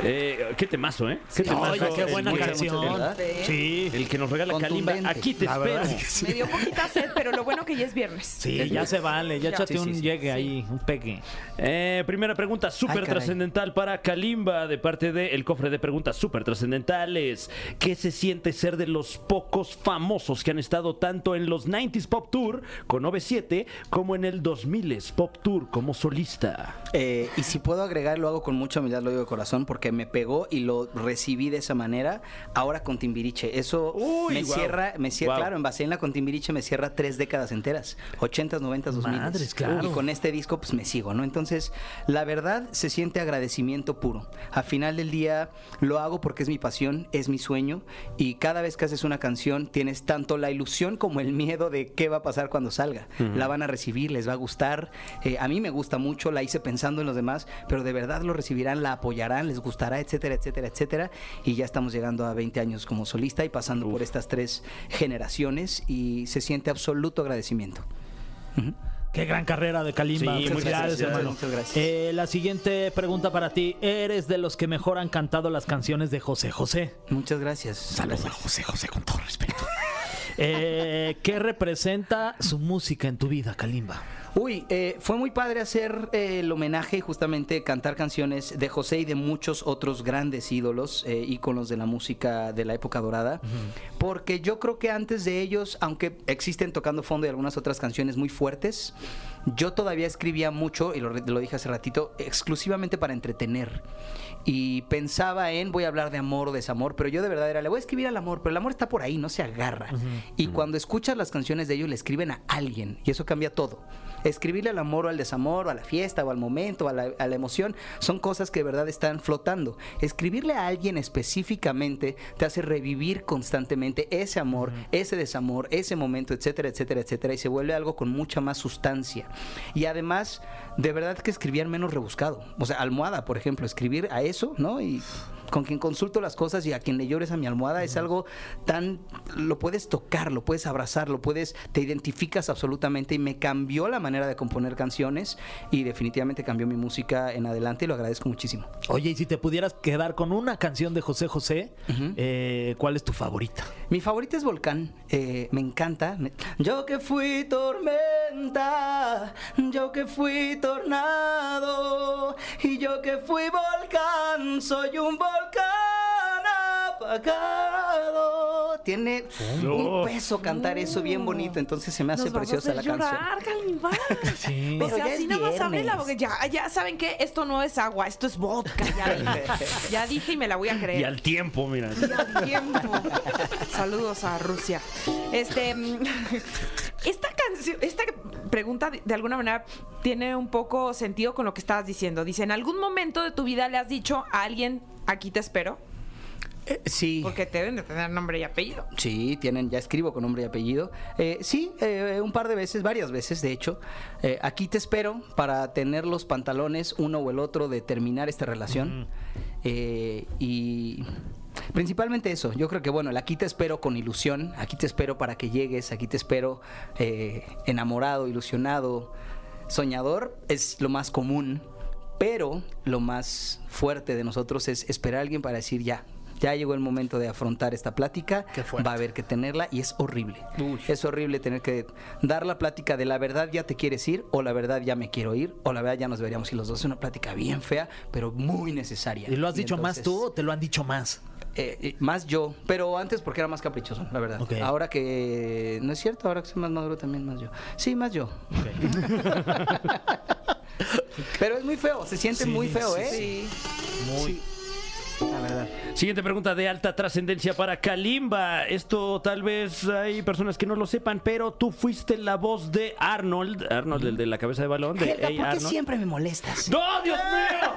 [SPEAKER 4] Eh, qué temazo, ¿eh? Qué temazo.
[SPEAKER 3] Oye, qué
[SPEAKER 4] el
[SPEAKER 3] buena
[SPEAKER 4] que-
[SPEAKER 3] canción.
[SPEAKER 7] ¿verdad?
[SPEAKER 3] Sí.
[SPEAKER 4] El que nos regala Kalimba.
[SPEAKER 7] Contundente.
[SPEAKER 4] Aquí te
[SPEAKER 3] La
[SPEAKER 4] espero.
[SPEAKER 3] verdad
[SPEAKER 2] Me dio poquita sed, pero lo bueno que ya es viernes.
[SPEAKER 3] Sí, ya se vale. Ya
[SPEAKER 2] Ya.
[SPEAKER 3] échate
[SPEAKER 7] Sí, sí,
[SPEAKER 3] un
[SPEAKER 7] sí.
[SPEAKER 3] llegue ahí, un pegue.
[SPEAKER 4] Eh, primera pregunta súper
[SPEAKER 7] caray.
[SPEAKER 4] trascendental para Kalimba de parte del cofre de preguntas súper trascendentales. ¿Qué se siente ser de los pocos famosos que han estado tanto en los 90s Pop Tour con OV7 como en el 2000s Pop Tour como solista?
[SPEAKER 7] Eh, y si puedo agregar, lo hago con mucha humildad, lo digo de corazón, porque me pegó y lo recibí de esa manera. Ahora con Timbiriche. Eso
[SPEAKER 4] Uy,
[SPEAKER 7] me
[SPEAKER 4] guau.
[SPEAKER 7] cierra, me cierra,
[SPEAKER 4] Guau.
[SPEAKER 7] claro, en Vaselina con Timbiriche me cierra tres décadas enteras: 80s, 90s, 2000.
[SPEAKER 3] Madres, claro.
[SPEAKER 7] Y con este disco, pues me sigo, ¿no? Entonces, la verdad se siente agradecimiento puro. Al final del día lo hago porque es mi pasión, es mi sueño. Y cada vez que haces una canción, tienes tanto la ilusión como el miedo de qué va a pasar cuando salga. La van a recibir, les va a gustar. Eh, a mí me gusta mucho, la hice pensando en los demás, pero de verdad lo recibirán, la apoyarán, les gustará, etcétera, etcétera, etcétera. Y ya estamos llegando a 20 años como solista y pasando por estas tres generaciones y se siente absoluto agradecimiento.
[SPEAKER 3] Qué gran carrera de Kalimba.
[SPEAKER 4] Sí, muchas
[SPEAKER 3] Felicidades,
[SPEAKER 4] gracias.
[SPEAKER 3] hermano.
[SPEAKER 7] Muchas gracias.
[SPEAKER 3] Eh, la siguiente pregunta para ti. ¿Eres de los que mejor han cantado las canciones de José José?
[SPEAKER 7] Muchas gracias.
[SPEAKER 1] Saludos a José José con todo respeto.
[SPEAKER 3] Eh, ¿Qué representa su música en tu vida, Kalimba?
[SPEAKER 7] Uy, eh, fue muy padre hacer eh, el homenaje y justamente cantar canciones de José y de muchos otros grandes ídolos, eh, íconos de la música de la época dorada, porque yo creo que antes de ellos, aunque existen tocando fondo y algunas otras canciones muy fuertes, yo todavía escribía mucho, y lo, re- lo dije hace ratito, exclusivamente para entretener. Y pensaba en, voy a hablar de amor o desamor, pero yo de verdad era, le voy a escribir al amor, pero el amor está por ahí, no se agarra. Y cuando escuchas las canciones de ellos, le escriben a alguien, y eso cambia todo. Escribirle al amor o al desamor, o a la fiesta, o al momento, o a la, a la emoción, son cosas que de verdad están flotando. Escribirle a alguien específicamente te hace revivir constantemente ese amor, ese desamor, ese momento, etcétera, etcétera, etcétera, y se vuelve algo con mucha más sustancia. Y además, de verdad que escribían menos rebuscado. O sea, almohada, por ejemplo, escribir a eso, ¿no? Y con quien consulto las cosas y a quien le llores a mi almohada es algo tan lo puedes tocar, lo puedes abrazar, lo puedes te identificas absolutamente y me cambió la manera de componer canciones y definitivamente cambió mi música en adelante y lo agradezco muchísimo.
[SPEAKER 3] Oye, y si te pudieras quedar con una canción de José José, eh, ¿cuál es tu favorita?
[SPEAKER 7] Mi favorita es Volcán, eh, me encanta. Me- Yo que fui tormenta, yo que fui tornado, y yo que fui volcán, soy un volcán apagado. Tiene
[SPEAKER 4] No.
[SPEAKER 7] un peso cantar eso bien bonito, entonces se me hace
[SPEAKER 2] Nos vamos
[SPEAKER 7] preciosa
[SPEAKER 2] a
[SPEAKER 7] la canción.
[SPEAKER 2] llorar, Kalimba.
[SPEAKER 3] Sí.
[SPEAKER 2] O
[SPEAKER 7] Pero
[SPEAKER 2] sea,
[SPEAKER 7] ya
[SPEAKER 2] así
[SPEAKER 7] es
[SPEAKER 2] nada más ábrela,
[SPEAKER 7] viernes.
[SPEAKER 2] porque ya, ya saben que esto no es agua, esto es vodka. Ya dije, ya dije y me la voy a
[SPEAKER 7] Eh.
[SPEAKER 2] creer.
[SPEAKER 4] Y al tiempo, mira.
[SPEAKER 2] Y al tiempo. Saludos a Rusia. Este, mm, esta canción, esta pregunta de de alguna manera tiene un poco sentido con lo que estabas diciendo. Dice, ¿en algún momento de tu vida le has dicho a alguien, aquí te espero?
[SPEAKER 7] Eh, sí.
[SPEAKER 2] Porque te deben de tener nombre y apellido.
[SPEAKER 7] Sí, tienen, ya escribo con nombre y apellido. Eh, sí, eh, un par de veces, varias veces, de hecho. Eh, aquí te espero para tener los pantalones, uno o el otro, de terminar esta relación. Eh, y principalmente eso, yo creo que, bueno, el aquí te espero con ilusión, aquí te espero para que llegues, aquí te espero eh, enamorado, ilusionado, soñador, es lo más común. Pero lo más fuerte de nosotros es esperar a alguien para decir ya. Ya llegó el momento de afrontar esta plática.
[SPEAKER 3] Qué fuerte.
[SPEAKER 7] Va a haber que tenerla y es horrible. Es horrible tener que dar la plática de la verdad ya te quieres ir o la verdad ya me quiero ir o la verdad ya nos deberíamos ir los dos. Es una plática bien fea, pero muy necesaria.
[SPEAKER 3] ¿Y lo has dicho más tú o
[SPEAKER 7] entonces,
[SPEAKER 3] te lo han dicho más?
[SPEAKER 7] eh, eh, más yo, pero antes porque era más caprichoso, la verdad.
[SPEAKER 3] Ok.
[SPEAKER 7] Ahora que no es cierto, ahora que soy más maduro también más yo. Sí, más yo. pero es muy feo, se siente
[SPEAKER 3] Sí,
[SPEAKER 7] muy feo,
[SPEAKER 3] sí,
[SPEAKER 7] ¿eh?
[SPEAKER 2] Sí.
[SPEAKER 7] Muy. La verdad.
[SPEAKER 4] Siguiente pregunta de alta trascendencia para Kalimba. Esto tal vez hay personas que no lo sepan, pero tú fuiste la voz de Arnold. Arnold, el de la cabeza de balón. De
[SPEAKER 7] Helga,
[SPEAKER 4] Hey
[SPEAKER 7] ¿por qué
[SPEAKER 4] Arnold.
[SPEAKER 7] siempre me molestas?
[SPEAKER 4] ¡No, Dios mío!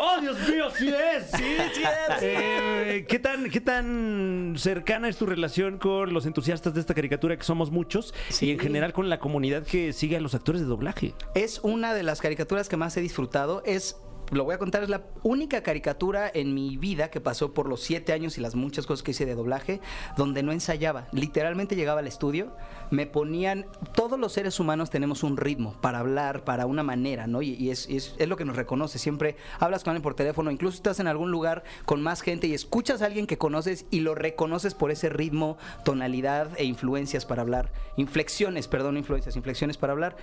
[SPEAKER 4] ¡Oh, Dios mío! ¡Sí es! ¡Sí, sí es! ¿qué, tan, ¿Qué tan cercana es tu relación con los entusiastas de esta caricatura, que somos muchos, y en general con la comunidad que sigue a los actores de doblaje?
[SPEAKER 7] Es una de las caricaturas que más he disfrutado. Es, lo voy a contar, es la única caricatura en mi vida que pasó por los siete años y las muchas cosas que hice de doblaje, donde no ensayaba. Literalmente llegaba al estudio, me ponían. Todos los seres humanos tenemos un ritmo para hablar, para una manera, ¿no? Y, y es, y es- es lo que nos reconoce. Siempre hablas con alguien por teléfono, incluso estás en algún lugar con más gente y escuchas a alguien que conoces y lo reconoces por ese ritmo, tonalidad e influencias para hablar. Inflexiones, perdón, influencias, inflexiones para hablar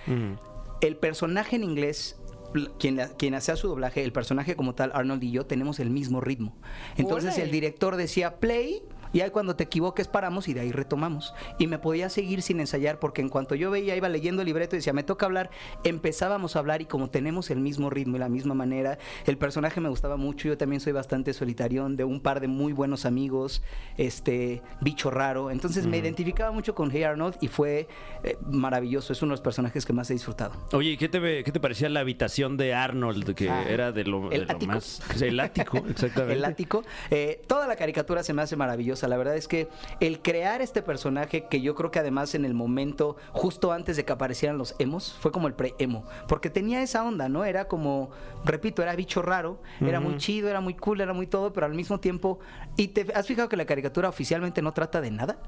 [SPEAKER 7] el personaje en inglés, l- quien, la- quien hacía su doblaje, el personaje como tal, Arnold y yo, tenemos el mismo ritmo. Entonces
[SPEAKER 2] Ole.
[SPEAKER 7] el director decía play. Y ahí cuando te equivoques paramos y de ahí retomamos. Y me podía seguir sin ensayar porque en cuanto yo veía, iba leyendo el libreto y decía, me toca hablar, empezábamos a hablar y como tenemos el mismo ritmo y la misma manera, el personaje me gustaba mucho, yo también soy bastante solitarión, de un par de muy buenos amigos, este, bicho raro. Entonces me identificaba mucho con Hey Arnold y fue eh, maravilloso, es uno de los personajes que más he disfrutado.
[SPEAKER 4] Oye, ¿y ¿qué te, ve- qué te parecía la habitación de Arnold? Que
[SPEAKER 7] Ah,
[SPEAKER 4] era de lo,
[SPEAKER 7] ¿el
[SPEAKER 4] de lo
[SPEAKER 7] ático?
[SPEAKER 4] más. El ático, exactamente.
[SPEAKER 7] El ático. Eh, toda la caricatura se me hace maravillosa. La verdad es que el crear este personaje, que yo creo que además en el momento, justo antes de que aparecieran los emos, fue como el pre-emo. Porque tenía esa onda, ¿no? Era como, repito, era bicho raro, era muy chido, era muy cool, era muy todo, pero al mismo tiempo. ¿Y te has fijado que la caricatura oficialmente no trata de nada?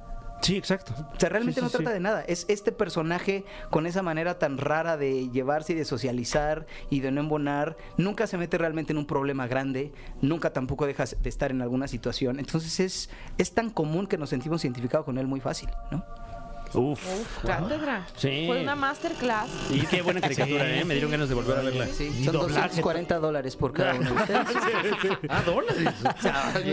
[SPEAKER 4] Sí, exacto.
[SPEAKER 7] O sea, realmente
[SPEAKER 4] Sí, sí,
[SPEAKER 7] no trata
[SPEAKER 4] sí.
[SPEAKER 7] de nada. Es este personaje con esa manera tan rara de llevarse y de socializar y de no embonar. Nunca se mete realmente en un problema grande. Nunca tampoco deja de estar en alguna situación. Entonces es, es tan común que nos sentimos identificados con él muy fácil, ¿no?
[SPEAKER 4] Uf.
[SPEAKER 2] Uf, cátedra.
[SPEAKER 4] Sí.
[SPEAKER 2] Fue una masterclass.
[SPEAKER 4] Y qué buena caricatura, ¿eh? Me dieron ganas de volver a verla.
[SPEAKER 7] Sí,
[SPEAKER 3] Y
[SPEAKER 7] son
[SPEAKER 3] doblaje.
[SPEAKER 7] 240 dólares por cada uno de ustedes.
[SPEAKER 4] Ah, dólares.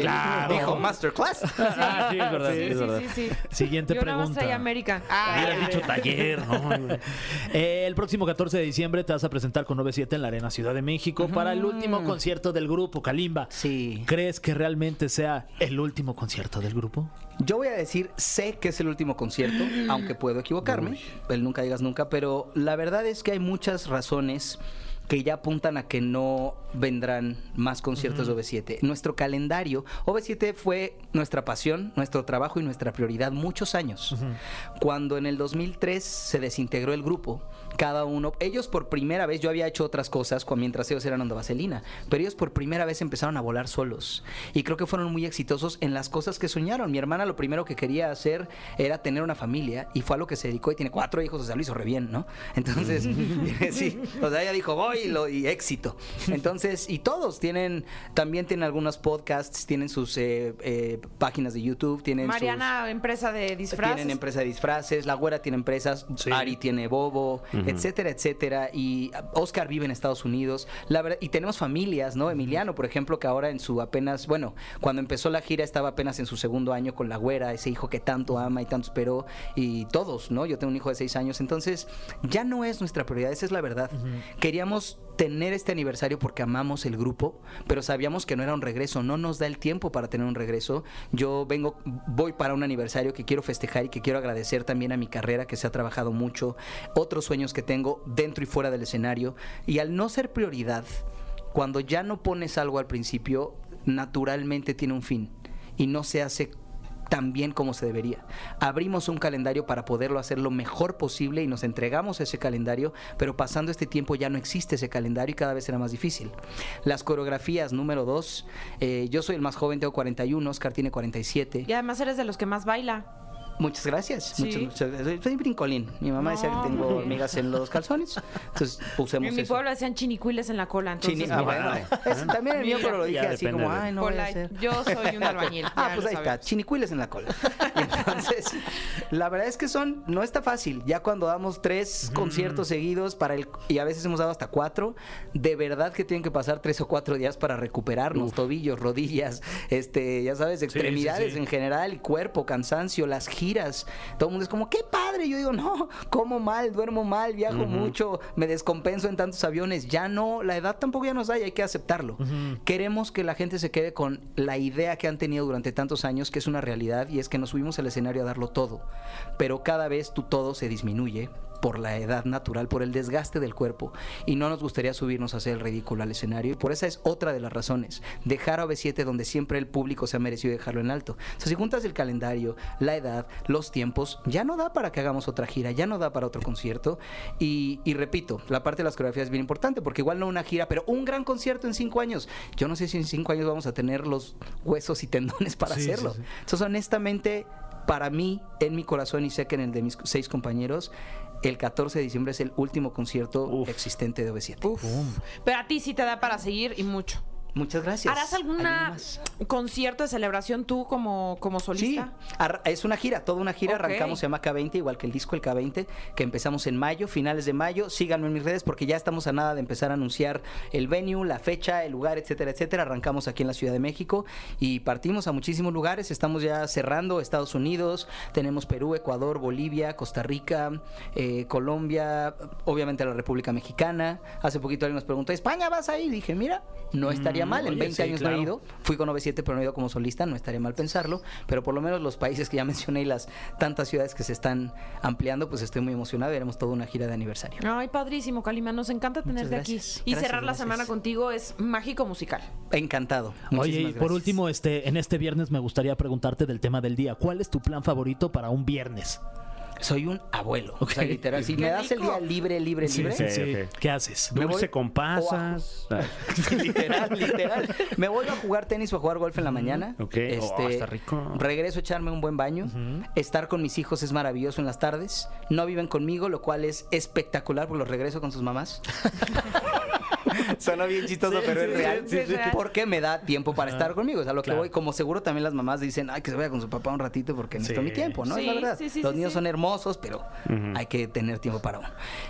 [SPEAKER 3] Claro.
[SPEAKER 7] Dijo Masterclass.
[SPEAKER 4] Ah, sí, es verdad.
[SPEAKER 2] Sí,
[SPEAKER 4] es verdad.
[SPEAKER 2] sí, sí, sí.
[SPEAKER 3] Siguiente
[SPEAKER 2] Yo nada más
[SPEAKER 3] pregunta.
[SPEAKER 2] traía América.
[SPEAKER 4] Hubieras dicho taller, ¿no?
[SPEAKER 3] Eh, el próximo 14 de diciembre te vas a presentar con 97 en la Arena Ciudad de México para el último concierto del grupo Kalimba.
[SPEAKER 7] Sí.
[SPEAKER 3] ¿Crees que realmente sea el último concierto del grupo?
[SPEAKER 7] Yo voy a decir, sé que es el último concierto, aunque puedo equivocarme, el nunca digas nunca, pero la verdad es que hay muchas razones que ya apuntan a que no vendrán más conciertos de OV7. Nuestro calendario, OV7 fue nuestra pasión, nuestro trabajo y nuestra prioridad muchos años. Cuando en el 2003 se desintegró el grupo, cada uno, ellos por primera vez, yo había hecho otras cosas cu- mientras ellos eran Onda Vaselina, pero ellos por primera vez empezaron a volar solos. Y creo que fueron muy exitosos en las cosas que soñaron. Mi hermana lo primero que quería hacer era tener una familia y fue a lo que se dedicó y tiene cuatro hijos, o sea, lo hizo re bien, ¿no? Entonces, sí, o sea, ella dijo, voy y, lo- y éxito. Entonces, y todos tienen, también tienen algunos podcasts, tienen sus eh, eh, páginas de YouTube, tienen sus...
[SPEAKER 2] Mariana, empresa de disfraces.
[SPEAKER 7] Tienen empresa de disfraces, La Güera tiene empresas, Ari tiene Bobo, etcétera, etcétera. Y Oscar vive en Estados Unidos. La verdad, y tenemos familias, ¿no? Emiliano, por ejemplo, que ahora en su apenas, bueno, cuando empezó la gira estaba apenas en su segundo año con La Güera, ese hijo que tanto ama y tanto esperó. Y todos, ¿no? Yo tengo un hijo de seis años. Entonces, ya no es nuestra prioridad, esa es la verdad. Queríamos tener este aniversario porque amamos el grupo, pero sabíamos que no era un regreso, no nos da el tiempo para tener un regreso. Yo vengo, voy para un aniversario que quiero festejar y que quiero agradecer también a mi carrera que se ha trabajado mucho, otros sueños que tengo dentro y fuera del escenario. Y al no ser prioridad, cuando ya no pones algo al principio, naturalmente tiene un fin y no se hace tan bien como se debería. Abrimos un calendario para poderlo hacer lo mejor posible y nos entregamos a ese calendario, pero pasando este tiempo ya no existe ese calendario y cada vez será más difícil. Las coreografías, número dos, eh, yo soy el más joven, tengo 41, Oscar tiene 47.
[SPEAKER 2] Y además eres de los que más baila.
[SPEAKER 7] Muchas gracias.
[SPEAKER 2] Sí.
[SPEAKER 7] Muchas, muchas gracias. Soy brincolín. Mi mamá decía
[SPEAKER 2] No,
[SPEAKER 7] que tengo
[SPEAKER 2] hombre.
[SPEAKER 7] hormigas en los calzones, entonces usemos
[SPEAKER 2] en mi
[SPEAKER 7] eso.
[SPEAKER 2] pueblo decían chinicuiles en la cola. Entonces, pues,
[SPEAKER 7] Chini- ah,
[SPEAKER 2] mira,
[SPEAKER 7] bueno, es también el mío, pero lo
[SPEAKER 4] Ya
[SPEAKER 7] dije así
[SPEAKER 4] depende
[SPEAKER 7] como,
[SPEAKER 4] de-
[SPEAKER 7] ay, no voy a
[SPEAKER 2] cola,
[SPEAKER 7] hacer.
[SPEAKER 2] yo soy un albañil.
[SPEAKER 7] Ah,
[SPEAKER 2] ya
[SPEAKER 7] pues
[SPEAKER 2] lo
[SPEAKER 7] ahí está,
[SPEAKER 2] sabemos.
[SPEAKER 7] chinicuiles en la cola. Y entonces, la verdad es que son, no está fácil. Ya cuando damos tres conciertos seguidos para el, y a veces hemos dado hasta cuatro, de verdad que tienen que pasar tres o cuatro días para recuperarnos, tobillos, rodillas, este, ya sabes, extremidades
[SPEAKER 4] sí.
[SPEAKER 7] en general, y cuerpo, cansancio, las giras. Todo el mundo es como, qué padre. Yo digo, no, como mal, duermo mal, viajo mucho, me descompenso en tantos aviones. Ya no, la edad tampoco ya nos da y hay que aceptarlo. Queremos que la gente se quede con la idea que han tenido durante tantos años, que es una realidad, y es que nos subimos al escenario a darlo todo. Pero cada vez tu todo se disminuye por la edad natural, por el desgaste del cuerpo. Y no nos gustaría subirnos a hacer el ridículo al escenario. Y por esa es otra de las razones. Dejar a OV7 donde siempre el público se ha merecido dejarlo en alto. O sea, si juntas el calendario, la edad, los tiempos, ya no da para que hagamos otra gira, ya no da para otro concierto. Y, y repito, la parte de las coreografías es bien importante, porque igual no una gira, pero un gran concierto en cinco años. Yo no sé si en cinco años vamos a tener los huesos y tendones para
[SPEAKER 3] Sí, sí,
[SPEAKER 7] hacerlo.
[SPEAKER 3] sí.
[SPEAKER 7] Entonces, honestamente, para mí, en mi corazón y sé que en el de mis seis compañeros, el 14 de diciembre es el último concierto
[SPEAKER 4] Uf.
[SPEAKER 7] existente de OV7.
[SPEAKER 2] Uf. Pero a ti sí te da para seguir y mucho.
[SPEAKER 7] Muchas gracias.
[SPEAKER 2] ¿Harás
[SPEAKER 7] ¿Alguien
[SPEAKER 2] alguna
[SPEAKER 7] más?
[SPEAKER 2] concierto de celebración tú como, como
[SPEAKER 7] Sí,
[SPEAKER 2] solista?
[SPEAKER 7] ar- es una gira, toda una gira.
[SPEAKER 2] Ok.
[SPEAKER 7] Arrancamos, se llama K20, igual que el disco El K20, que empezamos en mayo, finales de mayo. Síganme en mis redes porque ya estamos a nada de empezar a anunciar el venue, la fecha, el lugar, etcétera, etcétera. Arrancamos aquí en la Ciudad de México y partimos a muchísimos lugares. Estamos ya cerrando Estados Unidos, tenemos Perú, Ecuador, Bolivia, Costa Rica, eh, Colombia, obviamente la República Mexicana. Hace poquito alguien nos preguntó, ¿España vas ahí? Y dije, mira, no estaría mal, en
[SPEAKER 4] Mm, oye,
[SPEAKER 7] 20
[SPEAKER 4] sí,
[SPEAKER 7] años no
[SPEAKER 4] claro.
[SPEAKER 7] he ido. Fui con OV7, pero no he ido como solista, no estaría mal pensarlo. Pero por lo menos los países que ya mencioné y las tantas ciudades que se están ampliando, pues estoy muy emocionado. y Haremos toda una gira de aniversario.
[SPEAKER 3] Ah.
[SPEAKER 2] Ay, padrísimo, Kalima. Nos encanta tenerte aquí.
[SPEAKER 7] gracias.
[SPEAKER 2] Y
[SPEAKER 7] Gracias,
[SPEAKER 2] cerrar la
[SPEAKER 7] gracias.
[SPEAKER 2] semana contigo es mágico musical.
[SPEAKER 7] Encantado.
[SPEAKER 3] Oye, y
[SPEAKER 7] Muchísimas
[SPEAKER 3] por
[SPEAKER 7] gracias.
[SPEAKER 3] último, este, en este viernes me gustaría preguntarte del tema del día. ¿Cuál es tu plan favorito para un viernes?
[SPEAKER 7] Soy un abuelo. O sea,
[SPEAKER 3] Ok.
[SPEAKER 7] literal. Si me das el día libre, libre,
[SPEAKER 3] Sí,
[SPEAKER 7] libre.
[SPEAKER 3] sí, sí.
[SPEAKER 4] Ok, ok.
[SPEAKER 3] ¿Qué haces?
[SPEAKER 7] Me
[SPEAKER 4] Dulce
[SPEAKER 7] voy-
[SPEAKER 4] con pasas. Ah,
[SPEAKER 7] literal, literal. Me voy a jugar tenis o a jugar golf en la mañana. Este,
[SPEAKER 4] ok. Oh, está rico.
[SPEAKER 7] Regreso a echarme un buen baño. Estar con mis hijos es maravilloso en las tardes. No viven conmigo, lo cual es espectacular porque los regreso con sus mamás. Suena bien chistoso, pero es real.
[SPEAKER 2] sí, sí, sí.
[SPEAKER 7] Porque me da tiempo para estar conmigo. O sea, lo que
[SPEAKER 3] Claro.
[SPEAKER 7] voy, como seguro también las mamás dicen, ay, que se vaya con su papá un ratito porque necesito mi tiempo, ¿no? es la
[SPEAKER 2] Sí,
[SPEAKER 7] verdad.
[SPEAKER 2] sí, sí,
[SPEAKER 7] los
[SPEAKER 2] sí,
[SPEAKER 7] niños
[SPEAKER 2] sí.
[SPEAKER 7] son hermosos, pero hay que tener tiempo para uno.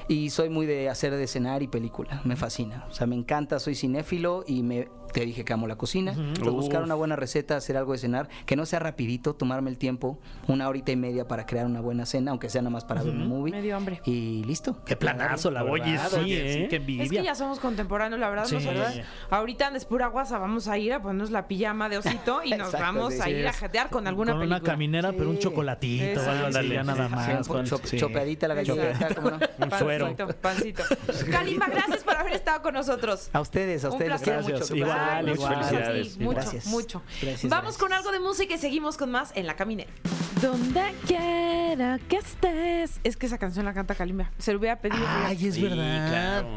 [SPEAKER 7] Y soy muy de hacer de cenar y película. Me fascina. O sea, me encanta, soy cinéfilo y me te dije que amo la cocina. Entonces, buscar una buena receta, hacer algo de cenar, que no sea rapidito, tomarme el tiempo, una horita y media para crear una buena cena, aunque sea nada más para ver un movie.
[SPEAKER 2] Me dio hambre.
[SPEAKER 7] Y listo.
[SPEAKER 3] Qué planazo, la
[SPEAKER 4] Oye,
[SPEAKER 3] verdad,
[SPEAKER 4] sí, ¿eh?
[SPEAKER 3] qué
[SPEAKER 2] Es que
[SPEAKER 3] envidia.
[SPEAKER 2] ya somos contemporáneos, la verdad,
[SPEAKER 3] Sí.
[SPEAKER 2] nosotros ahorita andes pura guasa, vamos a ir a ponernos la pijama de osito y nos
[SPEAKER 7] Exacto,
[SPEAKER 2] vamos
[SPEAKER 7] sí,
[SPEAKER 2] a
[SPEAKER 7] sí,
[SPEAKER 2] ir a
[SPEAKER 7] es.
[SPEAKER 2] jatear con alguna
[SPEAKER 3] con una
[SPEAKER 2] película.
[SPEAKER 3] caminera, pero un
[SPEAKER 7] Sí.
[SPEAKER 3] chocolatito,
[SPEAKER 2] Eso,
[SPEAKER 3] algo así,
[SPEAKER 4] ándale,
[SPEAKER 3] ya nada
[SPEAKER 4] sí,
[SPEAKER 3] más.
[SPEAKER 7] Sí,
[SPEAKER 3] con-
[SPEAKER 7] chop-
[SPEAKER 3] sí.
[SPEAKER 7] Chopeadita la gallinita. ¿cómo no?
[SPEAKER 4] Un suero.
[SPEAKER 2] Pancito, pancito. Kalimba, gracias por haber estado con nosotros.
[SPEAKER 7] A ustedes, a
[SPEAKER 2] Un
[SPEAKER 7] ustedes. los
[SPEAKER 2] placer.
[SPEAKER 7] quiero mucho.
[SPEAKER 3] Gracias. Igual,
[SPEAKER 2] Ay, muchas
[SPEAKER 4] igual.
[SPEAKER 2] Felicidades.
[SPEAKER 4] Felicidades.
[SPEAKER 2] mucho,
[SPEAKER 7] Gracias.
[SPEAKER 2] mucho.
[SPEAKER 7] Gracias,
[SPEAKER 2] Vamos con
[SPEAKER 7] gracias.
[SPEAKER 2] algo de música y seguimos con más en La Caminera. Donde quiera que estés. Es que esa canción la canta Kalimba. Se lo hubiera pedido. fíjate.
[SPEAKER 3] Ay, es
[SPEAKER 4] Sí,
[SPEAKER 3] verdad.
[SPEAKER 4] claro.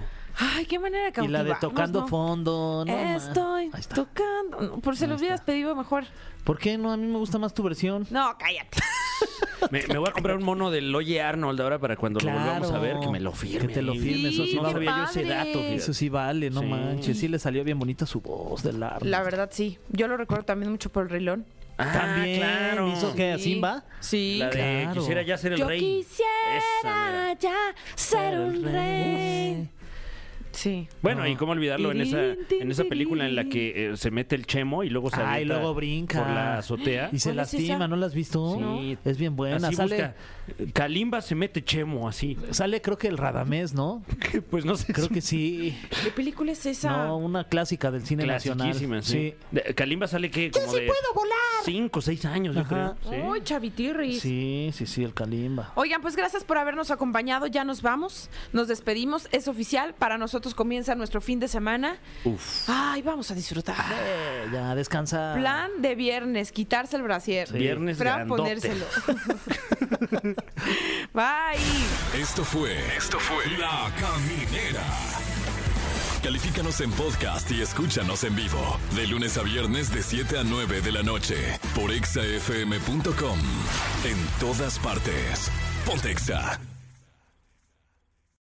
[SPEAKER 2] Ay, qué manera de
[SPEAKER 3] Y la de
[SPEAKER 2] cautivarnos,
[SPEAKER 3] tocando
[SPEAKER 2] ¿no?
[SPEAKER 3] fondo. no más.
[SPEAKER 2] Estoy
[SPEAKER 3] Ahí está.
[SPEAKER 2] tocando. No, Por si lo hubieras pedido mejor.
[SPEAKER 3] ¿Por qué no? A mí me gusta más tu versión.
[SPEAKER 2] No, cállate.
[SPEAKER 4] Me, me voy a comprar un mono del Oye Arnold ahora para cuando lo volvamos a ver, que me lo firme.
[SPEAKER 3] Que te lo
[SPEAKER 4] ahí.
[SPEAKER 3] firme.
[SPEAKER 2] Sí,
[SPEAKER 3] eso,
[SPEAKER 4] no
[SPEAKER 2] qué
[SPEAKER 4] sabía yo ese
[SPEAKER 2] padre.
[SPEAKER 4] dato. fíjate.
[SPEAKER 3] eso sí vale, no
[SPEAKER 4] Sí.
[SPEAKER 3] manches. Sí le salió bien bonita su voz del arma.
[SPEAKER 2] La verdad, sí. Yo lo recuerdo también mucho por el relón.
[SPEAKER 4] Ah,
[SPEAKER 3] También
[SPEAKER 4] claro.
[SPEAKER 3] hizo que a
[SPEAKER 2] Sí.
[SPEAKER 3] Simba.
[SPEAKER 2] Sí.
[SPEAKER 4] La de
[SPEAKER 3] Claro.
[SPEAKER 4] Quisiera ya ser el
[SPEAKER 2] Yo
[SPEAKER 4] rey. Esa
[SPEAKER 2] quisiera
[SPEAKER 4] mera.
[SPEAKER 2] ya ser un rey. Sí.
[SPEAKER 4] Bueno,
[SPEAKER 3] No.
[SPEAKER 4] y cómo olvidarlo en esa, en esa película en la que eh, se mete el chemo y luego se
[SPEAKER 3] Ay,
[SPEAKER 4] avienta
[SPEAKER 3] luego brinca.
[SPEAKER 4] por la azotea.
[SPEAKER 3] Y se
[SPEAKER 2] ¿Cuál es
[SPEAKER 3] lastima,
[SPEAKER 2] esa?
[SPEAKER 3] ¿no la has visto?
[SPEAKER 4] Sí.
[SPEAKER 3] Es bien buena.
[SPEAKER 4] Así
[SPEAKER 3] sale,
[SPEAKER 4] busca. Kalimba se mete chemo así.
[SPEAKER 3] sale, creo que el Radamés, ¿no?
[SPEAKER 4] Pues no sé.
[SPEAKER 3] Creo que sí.
[SPEAKER 2] ¿Qué película es esa?
[SPEAKER 3] No, una clásica del cine nacional.
[SPEAKER 4] Clasiquísima, sí. De- Kalimba sale que como de
[SPEAKER 2] volar!
[SPEAKER 4] cinco, seis años, yo
[SPEAKER 3] Ajá.
[SPEAKER 4] creo. Sí.
[SPEAKER 2] ¡Uy,
[SPEAKER 3] sí,
[SPEAKER 2] chavitirris!
[SPEAKER 3] sí, sí, sí, el Kalimba.
[SPEAKER 2] Oigan, pues gracias por habernos acompañado. Ya nos vamos, nos despedimos. Es oficial, para nosotros comienza nuestro fin de semana.
[SPEAKER 4] Uf.
[SPEAKER 2] ¡Ay, vamos a disfrutar!
[SPEAKER 3] Eh, ya, descansa.
[SPEAKER 2] Plan de viernes, quitarse el brasier.
[SPEAKER 4] Viernes
[SPEAKER 2] Fran,
[SPEAKER 4] grandote.
[SPEAKER 2] ponérselo. Bye.
[SPEAKER 1] Esto fue. Esto fue. La Caminera. Califícanos en podcast y escúchanos en vivo. De lunes a viernes de 7 a 9 de la noche. Por exafm.com. En todas partes. Pontexa.